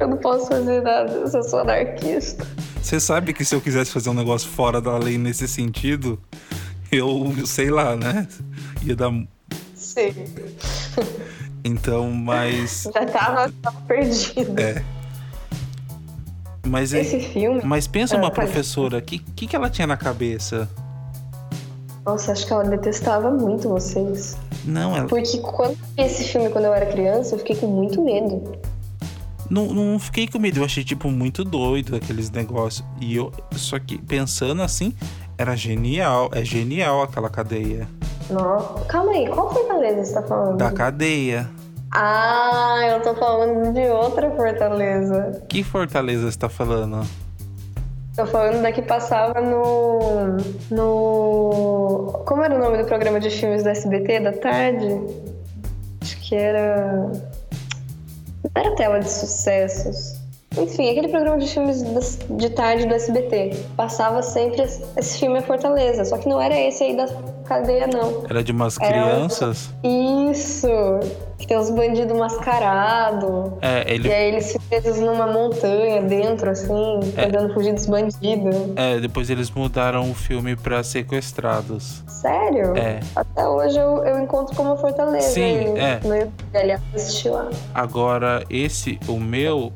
B: Eu não posso fazer nada, eu só sou anarquista.
A: Você sabe que se eu quisesse fazer um negócio fora da lei nesse sentido, eu sei lá, né? Ia dar.
B: Sim.
A: Então, mas.
B: Já tava, tava perdido.
A: É. Mas, é-
B: Esse filme.
A: mas pensa uma
B: Ah, pode.
A: professora, o que, que, que ela tinha na cabeça?
B: Nossa, acho que ela detestava muito vocês.
A: Não, ela.
B: Porque quando eu vi esse filme, quando eu era criança, eu fiquei com muito medo.
A: Não, não fiquei com medo, eu achei, tipo, muito doido aqueles negócios. E eu. Só que pensando assim, era genial. É genial aquela cadeia.
B: Nossa. Calma aí, qual fortaleza você tá falando?
A: Da cadeia.
B: Ah, eu tô falando de outra fortaleza.
A: Que fortaleza você tá falando?
B: Tô falando da que passava no. No. Como era o nome do programa de filmes do SBT da tarde? Acho que era. Não era tela de sucessos. Enfim, aquele programa de filmes das- de tarde do SBT. Passava sempre es- esse filme A Fortaleza. Só que não era esse aí da cadeia, não.
A: Era de umas
B: Era um-
A: crianças?
B: Isso! Que tem os bandidos mascarados.
A: É, ele
B: E aí eles se presos numa montanha dentro, assim, tentando fugir dos bandidos.
A: É, depois eles mudaram o filme pra Sequestrados.
B: Sério?
A: É.
B: Até hoje eu, eu encontro como uma fortaleza.
A: Sim,
B: aí, né?
A: é.
B: No YouTube, aliás, assisti lá.
A: Agora, esse, o meu,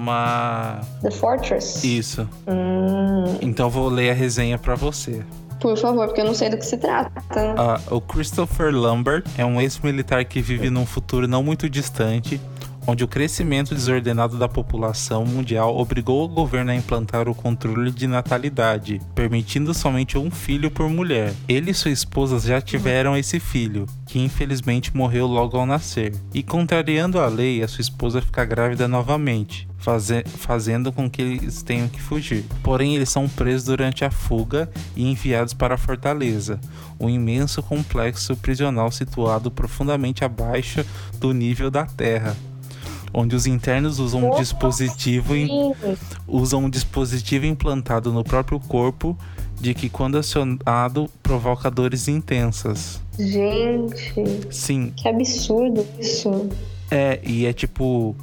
A: chama.
B: The Fortress.
A: Isso.
B: Hum,
A: Então vou ler a resenha pra você.
B: por favor, porque eu não sei do que se trata.
A: Ah, o Christopher Lambert é um ex-militar que vive num futuro não muito distante, onde o crescimento desordenado da população mundial obrigou o governo a implantar o controle de natalidade, permitindo somente um filho por mulher. Ele e sua esposa já tiveram esse filho, que infelizmente morreu logo ao nascer. E contrariando a lei, a sua esposa fica grávida novamente, faze- fazendo com que eles tenham que fugir. Porém, eles são presos durante a fuga e enviados para a fortaleza, um imenso complexo prisional situado profundamente abaixo do nível da terra, onde os internos usam um
B: Opa,
A: dispositivo em
B: Sim.
A: usa um dispositivo implantado no próprio corpo de que quando acionado provoca dores intensas.
B: Gente,
A: Sim,
B: que absurdo isso.
A: É, e é tipo.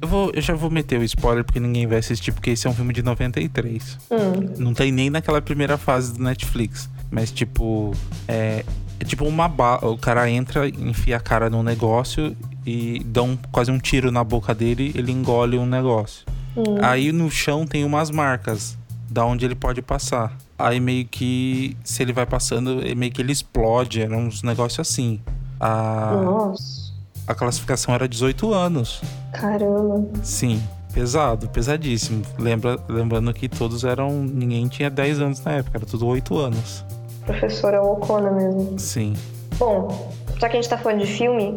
A: Eu, vou, eu já vou meter o spoiler porque ninguém vai assistir, porque esse é um filme de 93.
B: Hum.
A: Não tem nem naquela primeira fase do Netflix. Mas, tipo, é, é tipo uma bala. O cara entra, enfia a cara num negócio e dá um, quase um tiro na boca dele, ele engole um negócio.
B: Hum.
A: Aí no chão tem umas marcas da onde ele pode passar. Aí meio que, se ele vai passando, é meio que ele explode. Era uns negócios assim.
B: Hum.
A: A,
B: Nossa.
A: a classificação era 18 anos.
B: Caramba.
A: Sim, pesado, pesadíssimo. Lembra, lembrando que todos eram. Ninguém tinha 10 anos na época, era tudo 8 anos.
B: Professora Ocona mesmo.
A: Sim.
B: Bom, já que a gente tá falando de filme,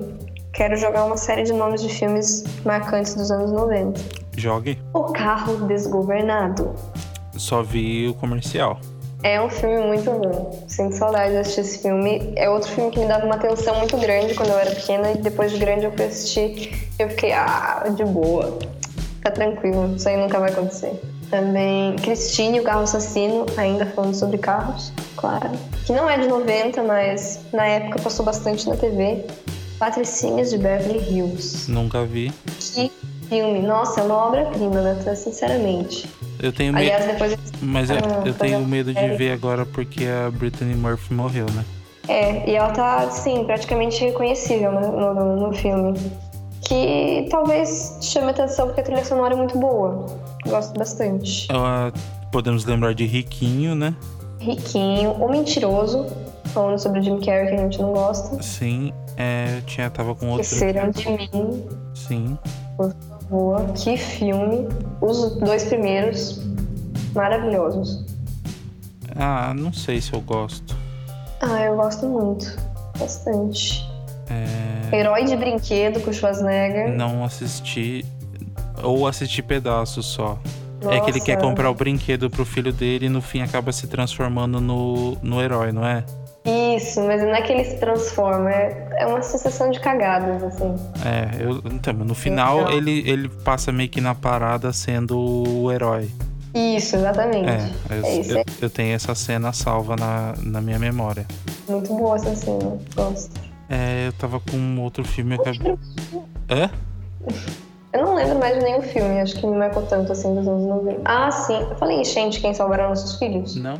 B: quero jogar uma série de nomes de filmes marcantes dos anos 90.
A: Jogue.
B: O Carro Desgovernado.
A: Só vi o comercial.
B: É um filme muito bom. Sinto saudade de assistir esse filme. É outro filme que me dava uma atenção muito grande quando eu era pequena e depois de grande eu fui assistir e eu fiquei, ah, de boa. Fica tranquilo, isso aí nunca vai acontecer. Também Cristine, o carro assassino, ainda falando sobre carros, claro. Que não é de 90, mas na época passou bastante na TV. Patricinhas de Beverly Hills.
A: Nunca vi.
B: Que filme, nossa, é uma obra-prima, né? Sinceramente.
A: Eu tenho medo.
B: Aliás, depois
A: Mas eu,
B: Ah,
A: eu
B: tá
A: tenho
B: bom.
A: medo de
B: É.
A: ver agora porque a Brittany Murphy morreu, né?
B: É, e ela tá, sim, praticamente reconhecível no, no, no filme. Que talvez chame atenção porque a trilha sonora é muito boa. Gosto bastante.
A: Ela- podemos lembrar de Riquinho, né?
B: Riquinho, O Mentiroso, falando sobre o Jim Carrey que a gente não gosta.
A: Sim. É, tinha, tava com outro.
B: Esqueceram de mim,
A: Sim.
B: boa. Que filme. Os dois primeiros, maravilhosos.
A: Ah, não sei se eu gosto.
B: Ah, eu gosto muito. Bastante.
A: É.
B: Herói de Brinquedo com Schwarzenegger.
A: Não assisti. Ou assisti pedaços só. É que ele quer
B: Nossa.
A: comprar o brinquedo pro filho dele e no fim acaba se transformando no, no herói, não é?
B: Isso, mas não é que ele se transforma, é, é uma sucessão de cagadas, assim.
A: É, eu, então, no final
B: Então.
A: Ele, ele passa meio que na parada sendo o herói.
B: Isso, exatamente.
A: É, eu,
B: É isso,
A: eu- eu tenho essa cena salva na, na minha memória.
B: Muito boa essa cena, gosto.
A: É, eu tava com um outro filme. Que... Hã?
B: Eu não lembro mais de nenhum filme, acho que me marcou tanto assim dos anos 90. Ah, sim. Eu falei enchente quem salvará nossos filhos?
A: Não.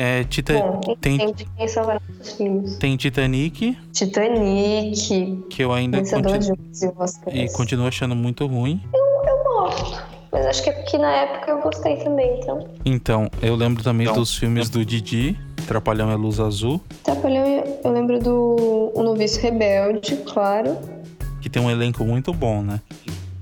A: É, Tita...
B: Bom,
A: tem,
B: enchente quem salvará nossos filhos.
A: tem Titanic,
B: Titanic,
A: que eu ainda
B: vencedor
A: continu-
B: de 11 Oscars.
A: e continuo achando muito ruim.
B: Eu gosto, mas acho que é porque na época eu gostei também, então.
A: Então, eu lembro também
C: Então.
A: dos filmes do Didi, Trapalhão é Luz Azul.
B: Trapalhão, eu lembro do O Noviço Rebelde, claro.
A: que tem um elenco muito bom, né?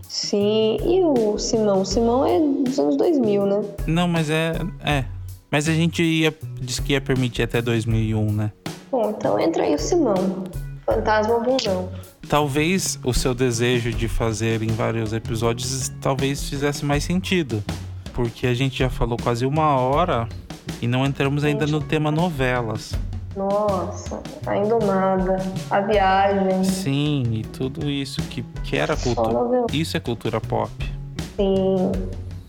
B: Sim, e o Simão? O Simão é dos anos 2000, né?
A: Não, mas é. É. Mas a gente ia, disse que ia permitir até 2001, né?
B: Bom, então entra aí o Simão. Fantasma bundão.
A: Talvez o seu desejo de fazer em vários episódios talvez fizesse mais sentido. Porque a gente já falou quase uma hora e não entramos ainda no tema novelas.
B: Nossa, a Indomada, a Viagem,
A: Sim, e tudo isso que, que era
B: só
A: cultura.
B: novela.
A: Isso é cultura pop.
B: Sim.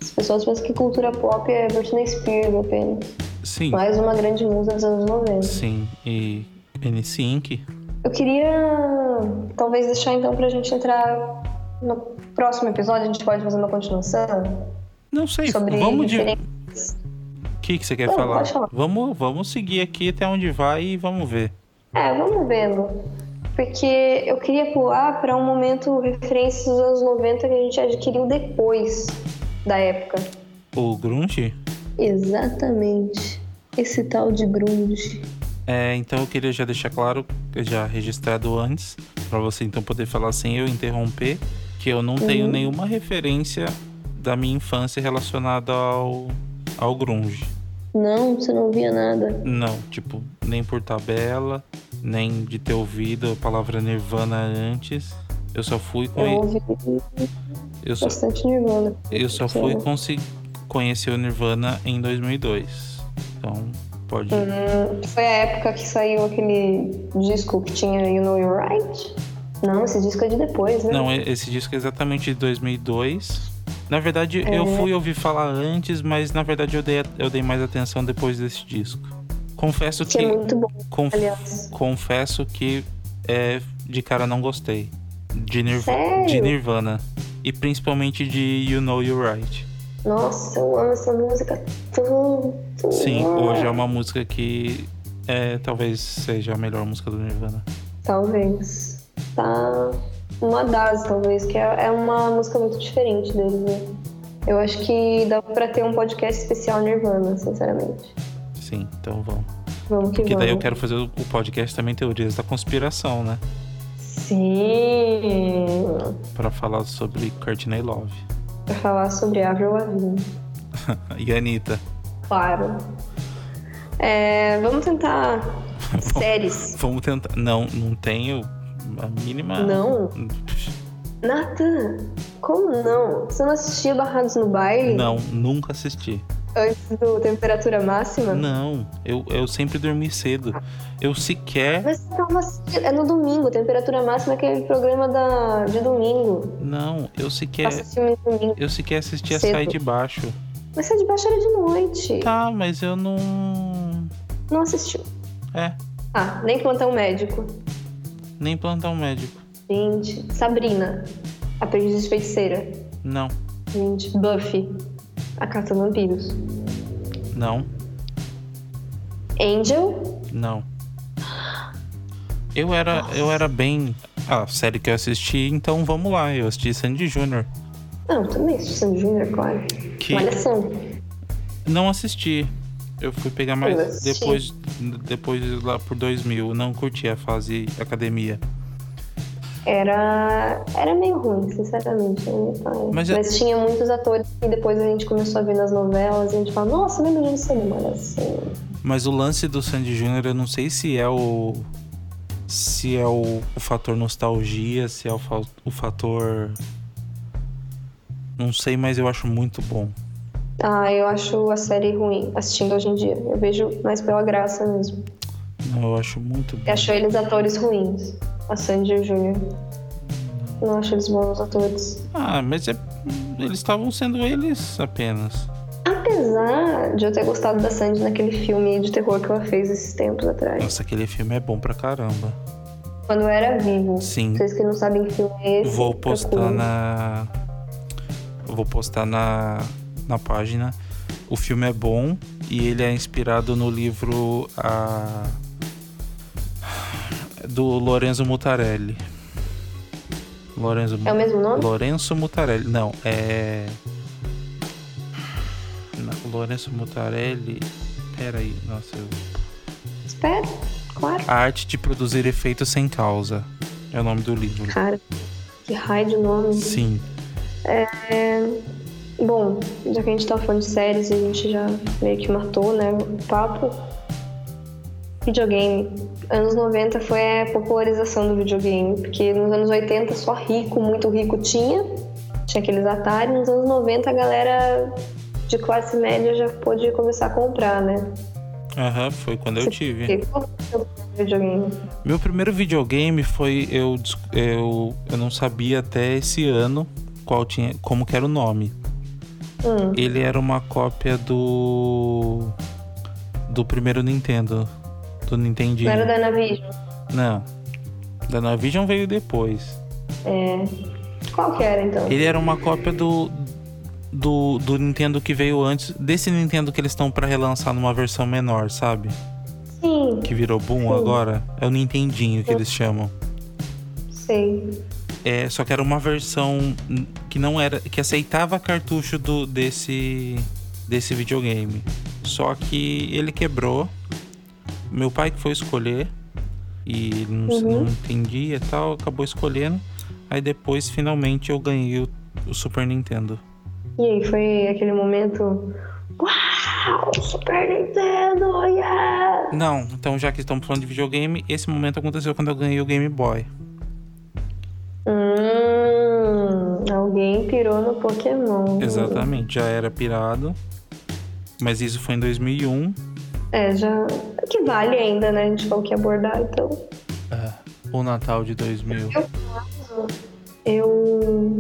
B: As pessoas pensam que cultura pop é Britney Spears apenas.
A: Sim,
B: Mais uma grande musa dos anos 90.
A: sim. E N5.
B: Eu queria talvez deixar então pra gente entrar no próximo episódio, a gente pode fazer uma continuação
A: Não sei,
B: sobre
A: vamos de.
B: diferentes
A: O que, que você quer
B: Não,
A: falar?
B: pode falar.
A: Vamos, vamos seguir aqui até onde vai e vamos ver.
B: É, vamos vendo. Porque eu queria pular para um momento referência dos anos 90 que a gente adquiriu depois da época.
A: O Grunge?
B: Exatamente. Esse tal de grunge.
A: É, então eu queria já deixar claro, já registrado antes, pra você então poder falar sem eu interromper, que eu não
B: Uhum.
A: tenho nenhuma referência da minha infância relacionada ao, ao Grunge.
B: Não, você não via nada.
A: Não, tipo, nem por tabela, nem de ter ouvido a palavra Nirvana antes. Eu só fui
B: Eu
A: com.
B: ouvi
A: Eu só,
B: bastante Nirvana.
A: Eu
B: Então
A: só fui consi- conhecer o Nirvana em 2002. Então, pode.
B: Hum, Foi a época que saiu aquele disco que tinha You Know You're Right? Não, esse disco é de depois, né?
A: Não, e- esse disco é exatamente de 2002. Na verdade, eu
B: Uhum.
A: fui ouvir falar antes, mas na verdade eu dei, eu dei mais atenção depois desse disco. Confesso
B: Que
A: que.
B: é muito bom,
A: conf-
B: aliás.
A: confesso que é, de cara não gostei. de, Nirv-
B: Sério?
A: de Nirvana. E principalmente de You Know You're Right.
B: Nossa, eu amo essa música tanto.
A: Sim, hoje é uma música que é, talvez seja a melhor música do Nirvana.
B: Talvez. Tá. Uma das, talvez, que é é uma música muito diferente deles, né? Eu acho que dá pra ter um podcast especial Nirvana, sinceramente.
A: Sim, então vamos.
B: Vamos que
A: Porque
B: vamos.
A: daí eu quero fazer o o podcast também Teorias da Conspiração, né?
B: Sim!
A: Pra falar sobre Courtney Love
B: Pra falar sobre Avril Lavigne.
A: e Anitta.
B: Claro. É, vamos tentar séries.
A: Vamos tentar. Não, não tenho a mínima.
B: Não? Nathan, como não? Você não assistia Barrados no Baile?
A: Não, nunca assisti.
B: Antes do Temperatura Máxima?
A: Não, eu, eu sempre dormi cedo. Eu sequer.
B: Mas calma, é no domingo, Temperatura Máxima é aquele programa da, de domingo.
A: Não, eu sequer.
B: Passa filme de domingo.
A: Eu sequer assisti a
B: Cedo.
A: Sai de Baixo.
B: Mas você é de baixo era de noite.
A: Tá, mas eu não.
B: Não assistiu.
A: É,
B: Ah, nem plantão médico.
A: nem plantar um médico.
B: Gente, Sabrina, a Aprendiz de Feiticeira.
A: Não,
B: Gente, Buffy, a Carta Vampiros.
A: não,
B: Angel,
A: não. Eu era, eu era bem. Ah, série que eu assisti, então vamos lá. Eu assisti Sandy Júnior.
B: não, também Susan Junior, é claro.
A: Que-
B: Malhação.
A: Não assisti. Eu fui pegar
B: Eu
A: mais
B: assisti.
A: depois, depois lá por 2000. Não curti a fase academia.
B: Era, era meio ruim, sinceramente. Era meio pai.
A: Mas
B: Mas,
A: é-
B: tinha muitos atores que depois a gente começou a ver nas novelas e a gente fala, nossa, lembra disso aí, mano? Assim,
A: Mas o lance do Sandy Júnior, eu não sei se é o. Se é o, o fator nostalgia, se é o, fa- o fator. Não sei, mas eu acho muito bom.
B: ah, eu acho a série ruim assistindo hoje em dia. Eu vejo mais pela graça mesmo.
A: Não, eu acho muito bom.
B: Eu acho eles atores ruins, a Sandy e o Júnior. Não acho eles bons atores.
A: Ah, mas é- eles estavam sendo eles apenas.
B: Apesar de eu ter gostado da Sandy naquele filme de terror que ela fez esses tempos atrás.
A: Nossa, aquele filme é bom pra caramba.
B: Quando eu era vivo.
A: Sim.
B: Vocês que não sabem que filme é esse.
A: Vou postar
B: procuram.
A: na. Vou postar na, na página. O filme é bom e ele é inspirado no livro a, do Lorenzo Mutarelli. Lorenzo Mu-
B: É o mesmo nome?
A: Lourenço Mutarelli. Não, é. Não, Lourenço Mutarelli. Pera aí, nossa. Eu...
B: Espera, claro.
A: A Arte de Produzir Efeitos Sem Causa. É o nome do livro.
B: Cara, que raio de nome.
A: Sim.
B: É, Bom, já que a gente tá falando de séries e a gente já meio que matou, né, o papo. Videogame. Anos 90 foi a popularização do videogame, porque nos anos 80 só rico, muito rico tinha, tinha aqueles Atari, nos anos 90 a galera de classe média já pôde começar a comprar, né?
A: Aham, foi quando eu tive.
B: Porque qual foi o seu primeiro videogame?
A: Meu primeiro videogame foi eu, des- eu eu não sabia até esse ano qual tinha como que era o nome.
B: Hum,
A: Ele era uma cópia do do primeiro Nintendo, do Nintendinho.
B: não era da Navision.
A: Não. Danavision veio depois.
B: Qual que era então?
A: Ele era uma cópia do do, do Nintendo que veio antes, desse Nintendo que eles estão pra relançar numa versão menor, sabe?
B: Sim,
A: Que virou boom
B: Sim.
A: agora. É o Nintendinho que eles chamam.
B: sei.
A: É, só que era uma versão que não era. que aceitava cartucho do, desse. desse videogame. Só que ele quebrou. Meu pai que foi escolher. E ele não,
B: Uhum.
A: não entendia e tal, acabou escolhendo. Aí depois, finalmente, eu ganhei o, o Super Nintendo.
B: E aí, foi aquele momento. Uau! Super Nintendo! Yeah!
A: Não, então já que estamos falando de videogame, esse momento aconteceu quando eu ganhei o Game Boy.
B: Hum, alguém pirou no
A: Uh.
B: Pokémon.
A: Exatamente, já era pirado. Mas isso foi em 2001.
B: É, já. Que vale ainda, né? A gente falou que ia abordar, então.
A: É. O Natal de 2000.
B: Eu.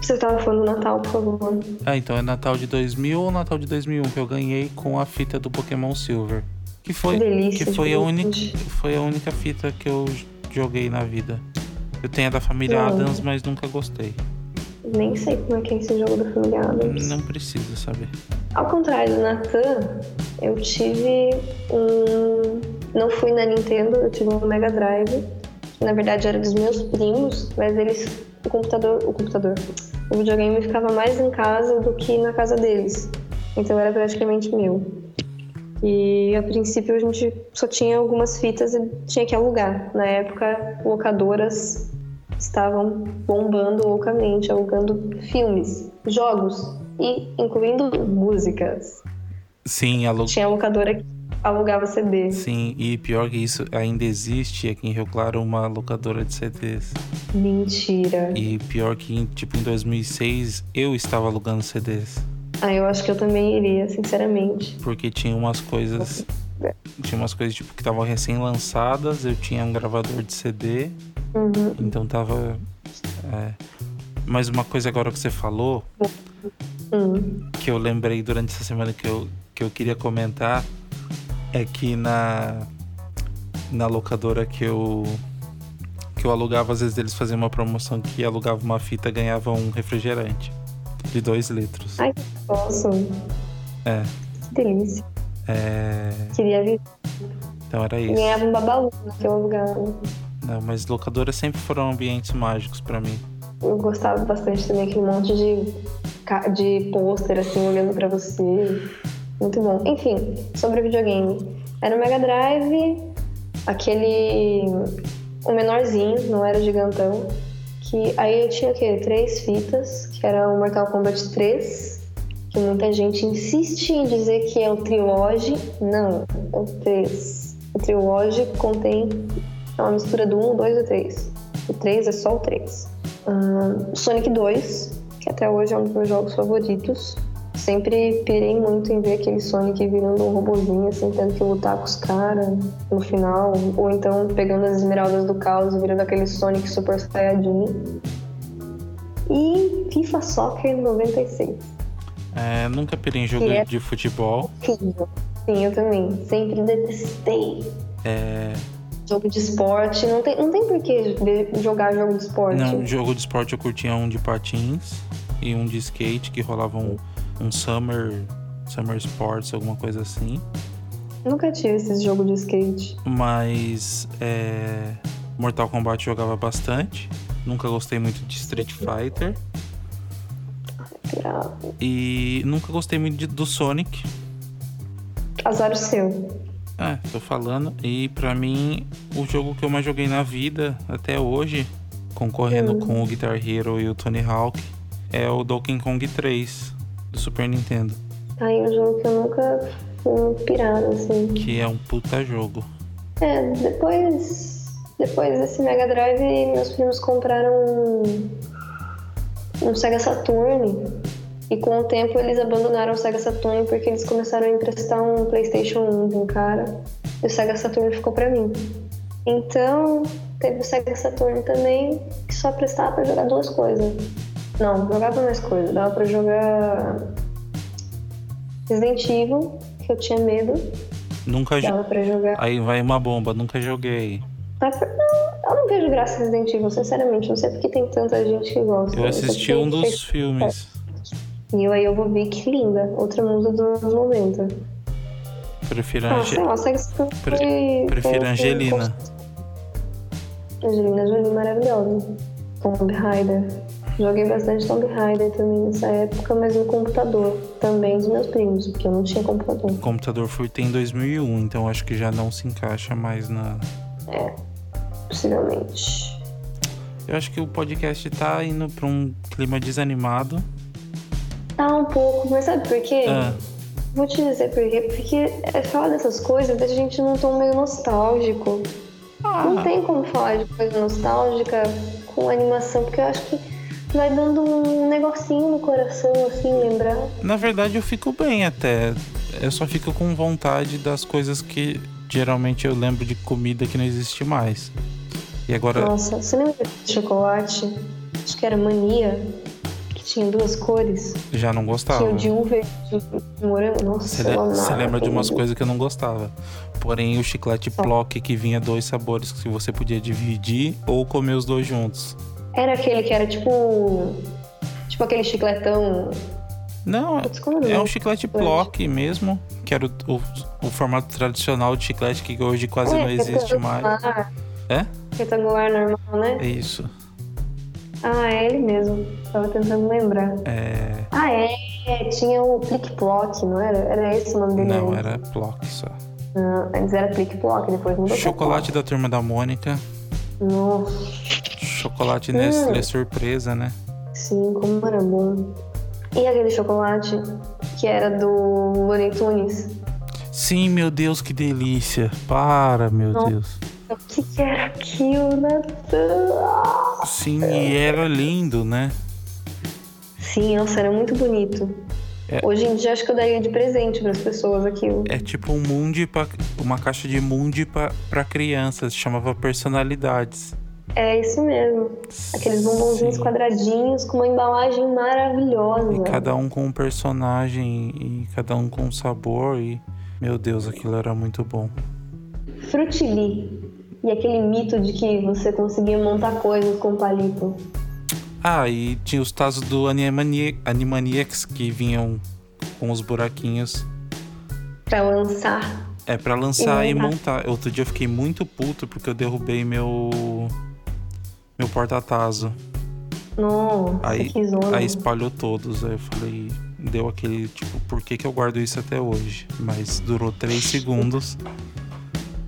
B: Você tava falando do Natal, por favor.
A: Ah, então é Natal de 2000 ou Natal de 2001 que eu ganhei com a fita do Pokémon Silver. Que foi,
B: Que delícia
A: que foi
B: de
A: a
B: presente.
A: única, foi a única fita que eu joguei na vida. Eu tenho a da família
B: Não.
A: Adams, mas nunca gostei.
B: Nem sei como é que é esse jogo da família Adams.
A: Não precisa saber.
B: Ao contrário do Natan, eu tive um. Não fui na Nintendo, eu tive um Mega Drive. que Na verdade era dos meus primos, mas eles. O computador. O computador. O videogame ficava mais em casa do que na casa deles. Então era praticamente meu. E a princípio a gente só tinha algumas fitas e tinha que alugar. Na época, locadoras estavam bombando loucamente, alugando filmes, jogos e incluindo músicas.
A: Sim, a lo-
B: Tinha locadora que alugava CD.
A: Sim, e pior que isso, ainda existe aqui em Rio Claro uma locadora de CDs.
B: Mentira.
A: E pior que, em- tipo, em 2006 eu estava alugando CDs.
B: Ah, eu acho que eu também iria, sinceramente.
A: Porque tinha umas coisas. Tinha umas coisas tipo, que estavam recém-lançadas, eu tinha um gravador de CD,
B: Uhum.
A: então tava. É. Mas uma coisa agora que você falou,
B: Hum.
A: que eu lembrei durante essa semana que eu, que eu queria comentar, é que na. Na locadora que eu. Que eu alugava, às vezes eles faziam uma promoção que alugava uma fita ganhava um refrigerante de dois litros.
B: Ai, Nossa.
A: É.
B: Que delícia.
A: É,
B: Queria vir.
A: então era isso.
B: Ganhava um babalu naquele lugar.
A: Não, É, mas locadoras sempre foram ambientes mágicos pra mim.
B: Eu gostava bastante também aquele monte de, ca- de pôster assim olhando pra você. Muito bom. Enfim, sobre o videogame. Era o Mega Drive, aquele. o menorzinho, não era gigantão. Que aí eu tinha o quê? Três fitas, que era o Mortal Kombat 3, que muita gente insiste em dizer que é o Trilogy. Não, é o 3. O Trilogy contém é uma mistura do 1, 2 e 3. O 3 é só o 3. Ahn, Sonic 2, que até hoje é um dos meus jogos favoritos. Sempre pirei muito em ver aquele Sonic virando um robozinho, assim, tendo que lutar com os caras no final. Ou então pegando as esmeraldas do caos e virando aquele Sonic Super Saiyajin. E FIFA Soccer 96.
A: É, nunca pirei em jogo
B: Que é?
A: de futebol.
B: Horrível. Sim, eu também. Sempre detestei.
A: É,
B: Jogo de esporte. Não tem, não tem por que de- jogar jogo de esporte.
A: não, jogo de esporte eu curtia um de patins e um de skate que rolava um, um summer, summer sports, alguma coisa assim.
B: Nunca tive esse jogo de skate.
A: Mas é, Mortal Kombat eu jogava bastante. Nunca gostei muito de Street Fighter.
B: Era
A: E nunca gostei muito de- do Sonic.
B: Azar o seu.
A: É, tô falando. E pra mim, o jogo que eu mais joguei na vida até hoje, concorrendo com o Guitar Hero e o Tony Hawk, é o Donkey Kong 3 do Super Nintendo,
B: Aí um jogo que eu nunca fui muito pirada, assim.
A: que é um puta jogo.
B: É, depois. Depois desse Mega Drive, meus primos compraram um, um Sega Saturn. E com o tempo eles abandonaram o Sega Saturn porque eles começaram a emprestar um PlayStation 1 de um cara. E o Sega Saturn ficou pra mim. Então, teve o Sega Saturn também, que só prestava pra jogar duas coisas. Não, jogava mais coisas. Dava pra jogar Resident Evil, que eu tinha medo.
A: Nunca jo...
B: Dava pra jogar
A: Aí vai uma bomba, nunca joguei.
B: Tá pra- Não, eu não vejo graça em Resident Evil, sinceramente. Não sei porque tem tanta gente que gosta.
A: Eu assisti um dos filmes.
B: E eu aí eu vou ver que linda. Outro mundo dos anos 90.
A: Prefiro a
B: Ah,
A: Ange-
B: sei lá, segue esse filme
A: Pre-
B: foi-
A: prefiro
B: foi-
A: Angelina.
B: Angelina Jolie é maravilhosa. Tomb Raider. Joguei bastante Tomb Raider também nessa época, mas no computador. Também dos meus primos, porque eu não tinha computador.
A: O computador foi ter em 2001, então acho que já não se encaixa mais na.
B: Possivelmente.
A: Eu acho que o podcast tá indo pra um clima desanimado.
B: Tá um pouco, mas sabe por quê?
A: Ah,
B: Vou te dizer por quê. Porque é, falar dessas coisas deixa a gente num tom meio nostálgico.
A: Ah.
B: Não tem como falar de coisa nostálgica com animação, porque eu acho que vai dando um negocinho no coração, assim, lembrar.
A: Na verdade, eu fico bem até. Eu só fico com vontade das coisas que geralmente eu lembro de comida que não existe mais. E agora,
B: Nossa, você lembra de chocolate? Acho que era mania. Que que tinha duas cores.
A: Já não gostava.
B: Tinha o de um verde e o de morango. Nossa,
A: Você
B: eu
A: le-
B: amava.
A: você lembra de umas
B: aquele
A: coisas que eu não gostava. Porém, o chiclete Plock que vinha dois sabores que você podia dividir ou comer os dois juntos.
B: Era aquele que era tipo. Tipo aquele chicletão.
A: Não, é-
B: Putz, como era o
A: é um
B: nome?
A: chiclete Plock mesmo, que era o, o- o formato tradicional de chiclete que hoje quase não
B: É,
A: existe mais.
B: retangular.
A: É?
B: Retangular normal, né?
A: É isso.
B: Ah, é ele mesmo. Tava tentando lembrar.
A: É,
B: Ah, é. Tinha o Plic Plock, não era? Era esse o nome dele?
A: não,
B: antes.
A: era Plock só.
B: Não, antes era Plic Plock, depois mudou. pra
A: Chocolate da Turma da Mônica.
B: Plock. Nossa,
A: Chocolate
B: É.
A: Nestlé surpresa, né?
B: sim, como era bom. E aquele chocolate que era do Looney Tunes?
A: Sim, meu Deus, que delícia. Para, meu
B: Não.
A: Deus.
B: O que, que era aquilo, Natan?
A: Sim, e
B: É.
A: era lindo, né?
B: Sim, nossa, era muito bonito.
A: É.
B: Hoje em dia acho que eu daria de presente para as pessoas aquilo.
A: É tipo um mundi pra, uma caixa de mundi pra, pra crianças, chamava personalidades.
B: É isso mesmo. Aqueles bombonzinhos
A: Sim.
B: quadradinhos né? com uma embalagem maravilhosa.
A: E cada um com um personagem e cada um com um sabor e meu Deus, aquilo era muito bom.
B: Frutili. E aquele mito de que você conseguia montar coisas com palito.
A: Ah, e tinha os tazos do Animani- Animaniacs que vinham com os buraquinhos.
B: Pra lançar.
A: É pra lançar e
B: E
A: montar. Outro dia eu fiquei muito puto porque eu derrubei meu meu porta-tazo.
B: Nossa,
A: Aí-
B: que zona.
A: Aí espalhou todos. Aí eu falei, deu aquele tipo, por que, que eu guardo isso até hoje? Mas durou três segundos.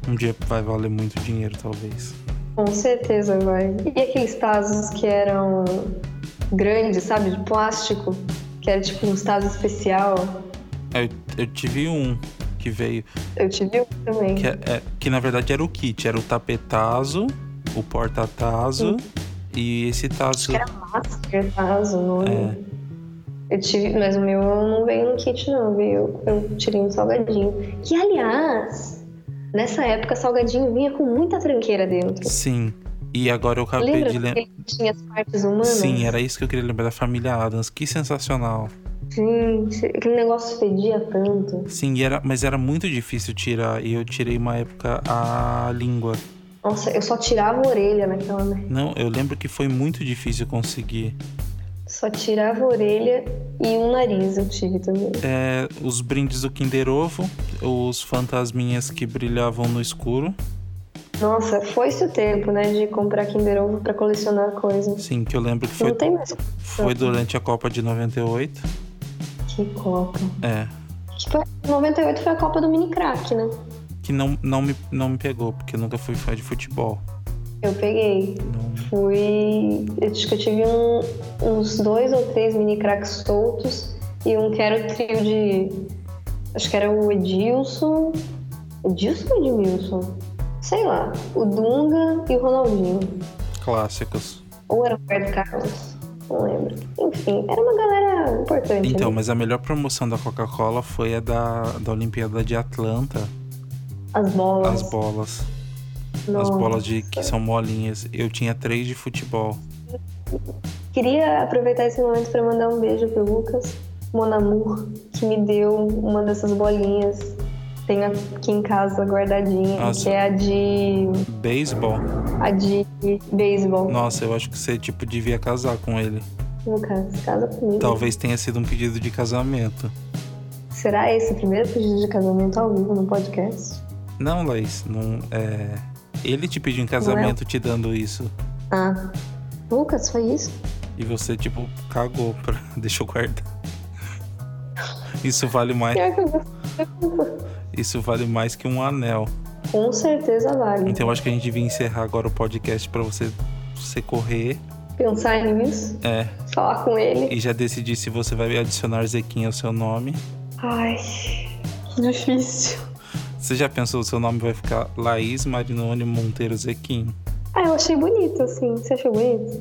A: Um dia vai valer muito dinheiro, talvez.
B: Com certeza vai. E aqueles tazos que eram grandes, sabe? De plástico. Que era tipo um tazo especial.
A: Aí Eu, eu tive um que veio,
B: Eu tive um também.
A: que, é- é- que na verdade era o kit, era o tapetazo, o porta-tazo e esse tazo.
B: que era Master, tazo, não é? Eu tive, mas o meu não veio no kit, não, veio. Eu tirei um salgadinho. Que, aliás, nessa época, salgadinho vinha com muita tranqueira dentro.
A: Sim. E agora eu acabei
B: Lembra
A: de lembrar.
B: que ele tinha as partes humanas?
A: Sim, era isso que eu queria lembrar da família Adams. Que sensacional.
B: Gente, aquele negócio fedia tanto.
A: Sim, e era, mas era muito difícil tirar. E eu tirei uma época a língua.
B: Nossa, eu só tirava a orelha naquela merda.
A: Não, eu lembro que foi muito difícil conseguir.
B: Só tirava a orelha e o nariz eu tive também.
A: É, os brindes do Kinder Ovo, os fantasminhas que brilhavam no escuro. É.
B: Nossa, foi-se o tempo, né, de comprar Kinder Ovo pra colecionar coisas.
A: Sim, que eu lembro que foi,
B: Não tem mais
A: foi durante a Copa de 98.
B: que Tipo, coca.
A: É.
B: Que foi- 98 foi a Copa do Mini Crack, né?
A: Que não, não, me, não me pegou, porque eu nunca fui fã de futebol.
B: Eu peguei.
A: Não-
B: Fui. Eu acho que eu tive um- uns dois ou três mini cracks soltos e um que era o trio de. Acho que era o Edilson. Edilson ou Edmilson? Sei lá. O Dunga e o Ronaldinho.
A: clássicos.
B: Ou era o Roberto Carlos. Não lembro. Enfim, era uma galera importante.
A: Então,
B: né?
A: mas a melhor promoção da Coca-Cola foi a da, da Olimpíada de Atlanta.
B: As bolas.
A: As bolas. As
B: Nossa.
A: bolas de que são molinhas. Eu tinha três de futebol.
B: Queria aproveitar esse momento para mandar um beijo pro Lucas Monamur, que me deu uma dessas bolinhas. Tenho aqui em casa guardadinha,
A: Nossa.
B: que é a de
A: Beisebol.
B: a de beisebol.
A: Nossa, eu acho que você tipo devia casar com ele.
B: Lucas, casa comigo.
A: Talvez tenha sido um pedido de casamento.
B: Será esse o primeiro pedido de casamento ao vivo no podcast?
A: Não, Laís, não é. Ele te pediu em casamento te dando isso.
B: Ah. Lucas, foi isso?
A: E você, tipo, cagou pra. Deixa eu guardar. Isso vale mais.
B: Pior que eu gostei.
A: Isso vale mais que um anel.
B: Com certeza vale.
A: Então eu acho que a gente devia encerrar agora o podcast pra você, você correr.
B: Pensar nisso,
A: É.
B: falar com ele.
A: E já decidir se você vai adicionar Zequinha ao seu nome.
B: Ai, que difícil.
A: Você já pensou o seu nome vai ficar Laís Marinone Monteiro Zequim?
B: Ah, eu achei bonito, assim. Você achou bonito?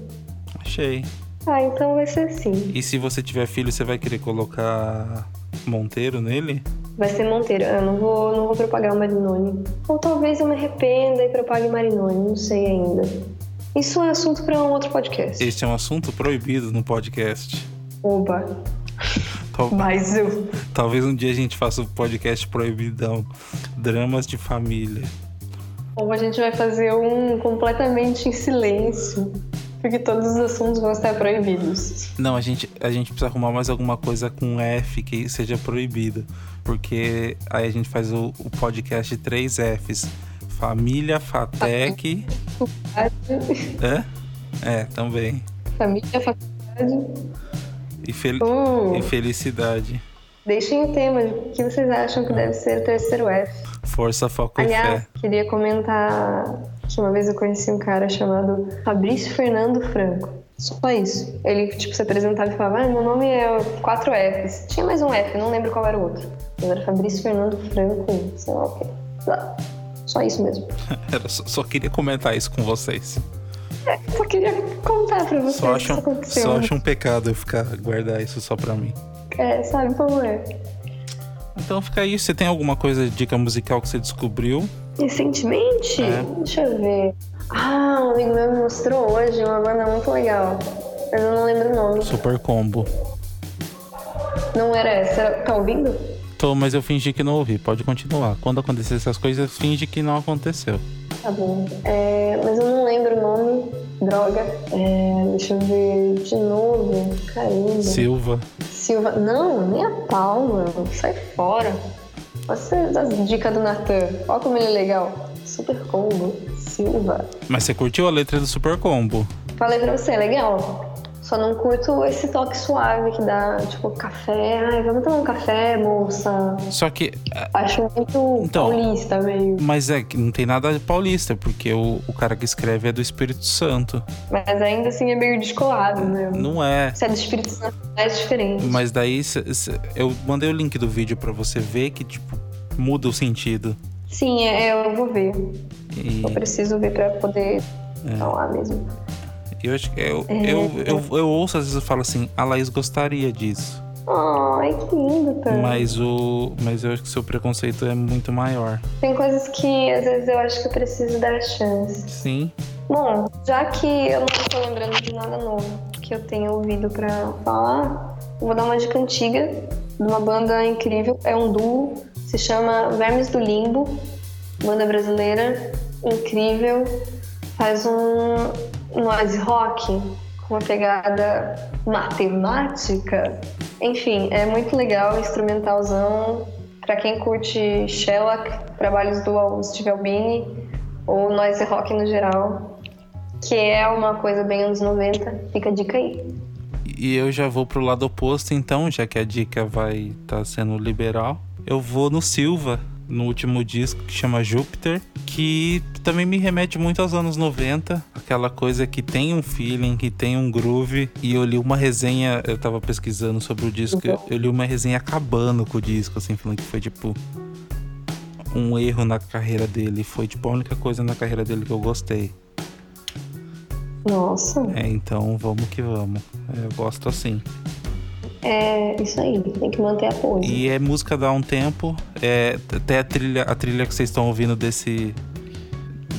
A: Achei.
B: Ah, então vai ser assim.
A: E se você tiver filho, você vai querer colocar Monteiro nele?
B: Vai ser Monteiro. Eu não vou, não vou propagar o Marinoni. Ou talvez eu me arrependa e propague Marinoni, não sei ainda. Isso é assunto para um outro podcast.
A: Este é um assunto proibido no podcast.
B: Oba.
A: Tal-
B: Mas eu.
A: Talvez um dia a gente faça o podcast proibidão. Dramas de família.
B: Ou a gente vai fazer um completamente em silêncio, porque todos os assuntos vão estar proibidos.
A: Não, a gente, a gente precisa arrumar mais alguma coisa com F que seja proibida. Porque aí a gente faz o, o podcast de três Fs. Família, Fatec. Hã? É, também.
B: Família, faculdade.
A: E, fel-
B: Uh,
A: e felicidade.
B: deixem o tema, o que vocês acham que deve ser o terceiro F?
A: Força, foco e
B: Aliás,
A: fé.
B: queria comentar que uma vez eu conheci um cara chamado Fabrício Fernando Franco. Só isso. Ele tipo, se apresentava e falava: ah, meu nome é 4Fs. Tinha mais um F, não lembro qual era o outro. Mas era Fabrício Fernando Franco, sei lá o quê. Só isso mesmo.
A: Era só, só queria comentar isso com vocês.
B: É, Só queria contar pra vocês
A: Só
B: o que tá
A: acho,
B: aconteceu.
A: só acho um pecado eu ficar guardar isso só pra mim.
B: É, sabe como é?
A: Então fica aí. Você tem alguma coisa, dica musical que você descobriu?
B: Recentemente?
A: É.
B: Deixa eu ver. Ah, um amigo meu me mostrou hoje uma banda muito legal. Mas eu não lembro o nome.
A: Super combo.
B: Não era essa. Tá ouvindo?
A: Tô, mas eu fingi que não ouvi. Pode continuar. Quando acontecer essas coisas, finge que não aconteceu.
B: Tá bom. É, mas eu não lembro o nome. Droga. É, deixa eu ver de novo. Caramba.
A: Silva.
B: Silva. Não, nem a palma. Sai fora. Você das dicas do Natan. Olha como ele é legal. Super combo. Silva.
A: Mas você curtiu a letra do Super Combo?
B: Falei pra você, é legal. Só não curto esse toque suave que dá, tipo, café. Ai, vamos tomar um café, moça.
A: Só que. é,
B: Acho muito
A: Então.
B: paulista meio.
A: Mas é que não tem nada paulista, porque o, o cara que escreve é do Espírito Santo.
B: Mas ainda assim é meio descolado, né?
A: Não é.
B: Se é do Espírito Santo, é diferente.
A: Mas daí cê- cê- eu mandei o link do vídeo pra você ver que, tipo, muda o sentido.
B: Sim, é, é, eu vou ver.
A: E
B: Eu preciso ver pra poder falar mesmo.
A: eu acho que eu, eu, eu, eu ouço às vezes eu falo assim, a Laís gostaria disso.
B: Ai, que lindo, tá?
A: Mas o. Mas eu acho que seu preconceito é muito maior.
B: Tem coisas que às vezes eu acho que eu preciso dar chance.
A: Sim.
B: Bom, já que eu não estou lembrando de nada novo que eu tenha ouvido pra falar, eu vou dar uma dica antiga de uma banda incrível. É um duo, se chama Vermes do Limbo, banda brasileira, incrível. Faz um noise rock com uma pegada matemática. Enfim, é muito legal, instrumentalzão. Pra quem curte Shellac, trabalhos do Steve Albini ou noise rock no geral, que é uma coisa bem anos 90. Fica a dica aí.
A: E eu já vou pro lado oposto, então, já que a dica vai estar sendo liberal. Eu vou no Silva, no último disco que chama Júpiter, que também me remete muito aos anos 90, aquela coisa que tem um feeling, que tem um groove. E eu li uma resenha, eu tava pesquisando sobre o disco, eu, eu li uma resenha acabando com o disco, assim, falando que foi tipo. Um erro na carreira dele. Foi tipo a única coisa na carreira dele que eu gostei.
B: Nossa,
A: É, então vamos que vamos. É, eu gosto assim.
B: é isso aí. Tem que manter a pose.
A: E é música dá um tempo. É, até a trilha, a trilha que vocês estão ouvindo desse,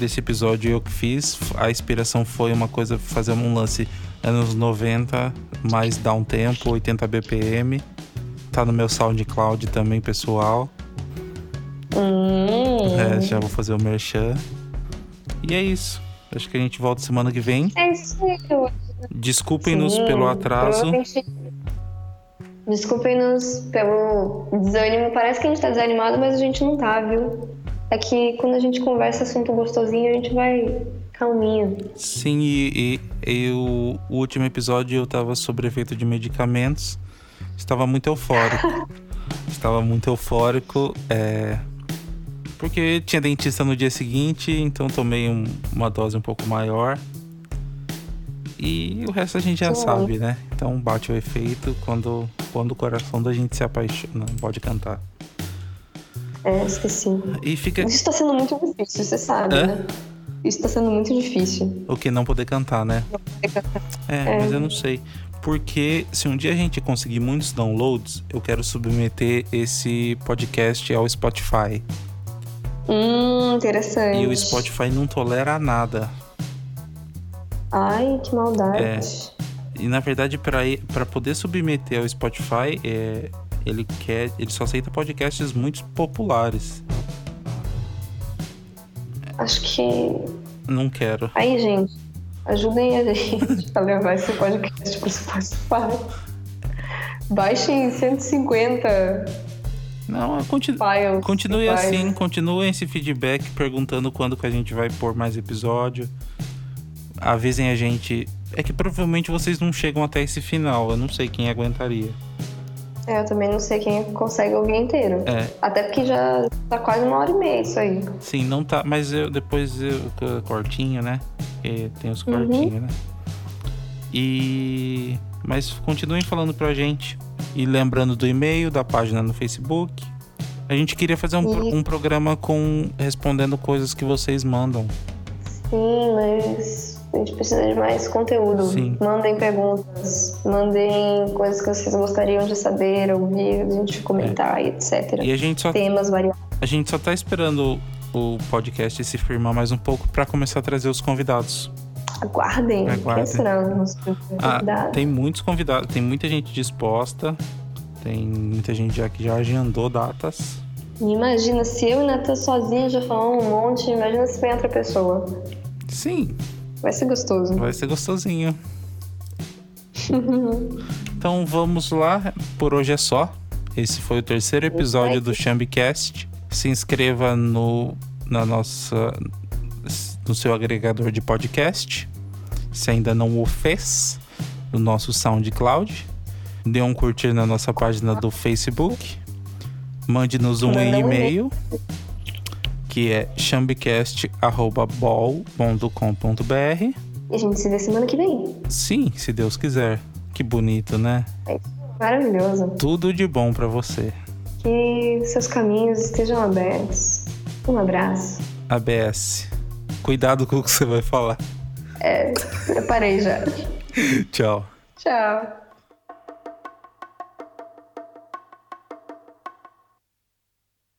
A: desse episódio eu que fiz. A inspiração foi uma coisa, fazer um lance anos 90, mais dá um tempo, 80 BPM. Tá no meu SoundCloud também, pessoal.
B: Hum.
A: É, já vou fazer o merchan. E é isso. Acho que a gente volta semana que vem.
B: É isso aí. eu acho.
A: Desculpem-nos
B: Sim,
A: pelo atraso.
B: provavelmente- Desculpem-nos pelo desânimo. Parece que a gente tá desanimado, mas a gente não tá, viu? É que quando a gente conversa assunto gostosinho, a gente vai calminho.
A: Sim, e, e- e o, o último episódio eu tava sobre efeito de medicamentos. Estava muito eufórico. Estava muito eufórico, é. Porque tinha dentista no dia seguinte, então tomei um- uma dose um pouco maior. E o resto a gente já
B: Sim.
A: sabe, né? Então bate o efeito quando, quando o coração da gente se apaixona. Pode cantar.
B: É, esqueci.
A: E fica
B: Isso tá sendo muito difícil, você sabe,
A: Hã?
B: né? Isso tá sendo muito difícil.
A: o que não poder cantar, né? É, mas eu não sei. Porque se um dia a gente conseguir muitos downloads, eu quero submeter esse podcast ao Spotify.
B: Hum, interessante.
A: E o Spotify não tolera nada.
B: Ai, que maldade.
A: É. E E na verdade, para poder submeter ao Spotify, é, ele quer. Ele só aceita podcasts muito populares.
B: Acho que
A: Não quero.
B: Aí, gente, ajudem a gente a levar esse podcast pro Spotify. Baixem 150
A: Não, eu continu...
B: files.
A: continue
B: que vai- né?
A: assim, continue esse feedback perguntando quando que a gente vai pôr mais episódio. Avisem a gente. É que provavelmente vocês não chegam até esse final. Eu não sei quem aguentaria.
B: É, eu também não sei quem consegue ouvir inteiro.
A: É.
B: Até porque já tá quase uma hora e meia isso aí.
A: Sim, não tá. Mas eu depois eu co- cortinho, né? Porque tem os
B: Uhum.
A: cortinhos, né? E. Mas continuem falando pra gente. E lembrando do e-mail, da página no Facebook. A gente queria fazer um, pro-
B: E-
A: um programa com respondendo coisas que vocês mandam.
B: Sim, mas a gente precisa de mais conteúdo.
A: Sim.
B: Mandem perguntas, mandem coisas que vocês gostariam de saber, ouvir, a gente comentar, e etc.
A: É. E é. a gente só,
B: Temas variados.
A: a gente só tá esperando o podcast se firmar mais um pouco pra começar a trazer os convidados.
B: Aguardem.
A: Aguardem.
B: Quem será o nosso
A: Ah,
B: convidado?
A: tem muitos convidados, tem muita gente disposta. Tem muita gente já que já agendou datas.
B: Imagina se eu e Natan sozinhos já falamos um monte, imagina se vem outra pessoa.
A: Sim,
B: Vai ser gostoso.
A: Vai ser gostosinho. então vamos lá, por hoje é só. Esse foi o terceiro episódio do Chambicast. Se inscreva no na nossa no seu agregador de podcast, se ainda não o fez, no nosso SoundCloud. Dê um curtir na nossa página do Facebook. Mande-nos um
B: Manda um
A: e-mail que é chambicast@bol.com.br.
B: E a gente se vê semana que vem.
A: Sim, se Deus quiser. Que bonito, né?
B: Maravilhoso.
A: Tudo de bom pra você.
B: Que seus caminhos estejam abertos. Um abraço.
A: ABS. Cuidado com o que você vai falar.
B: Eu parei já.
A: Tchau.
B: Tchau.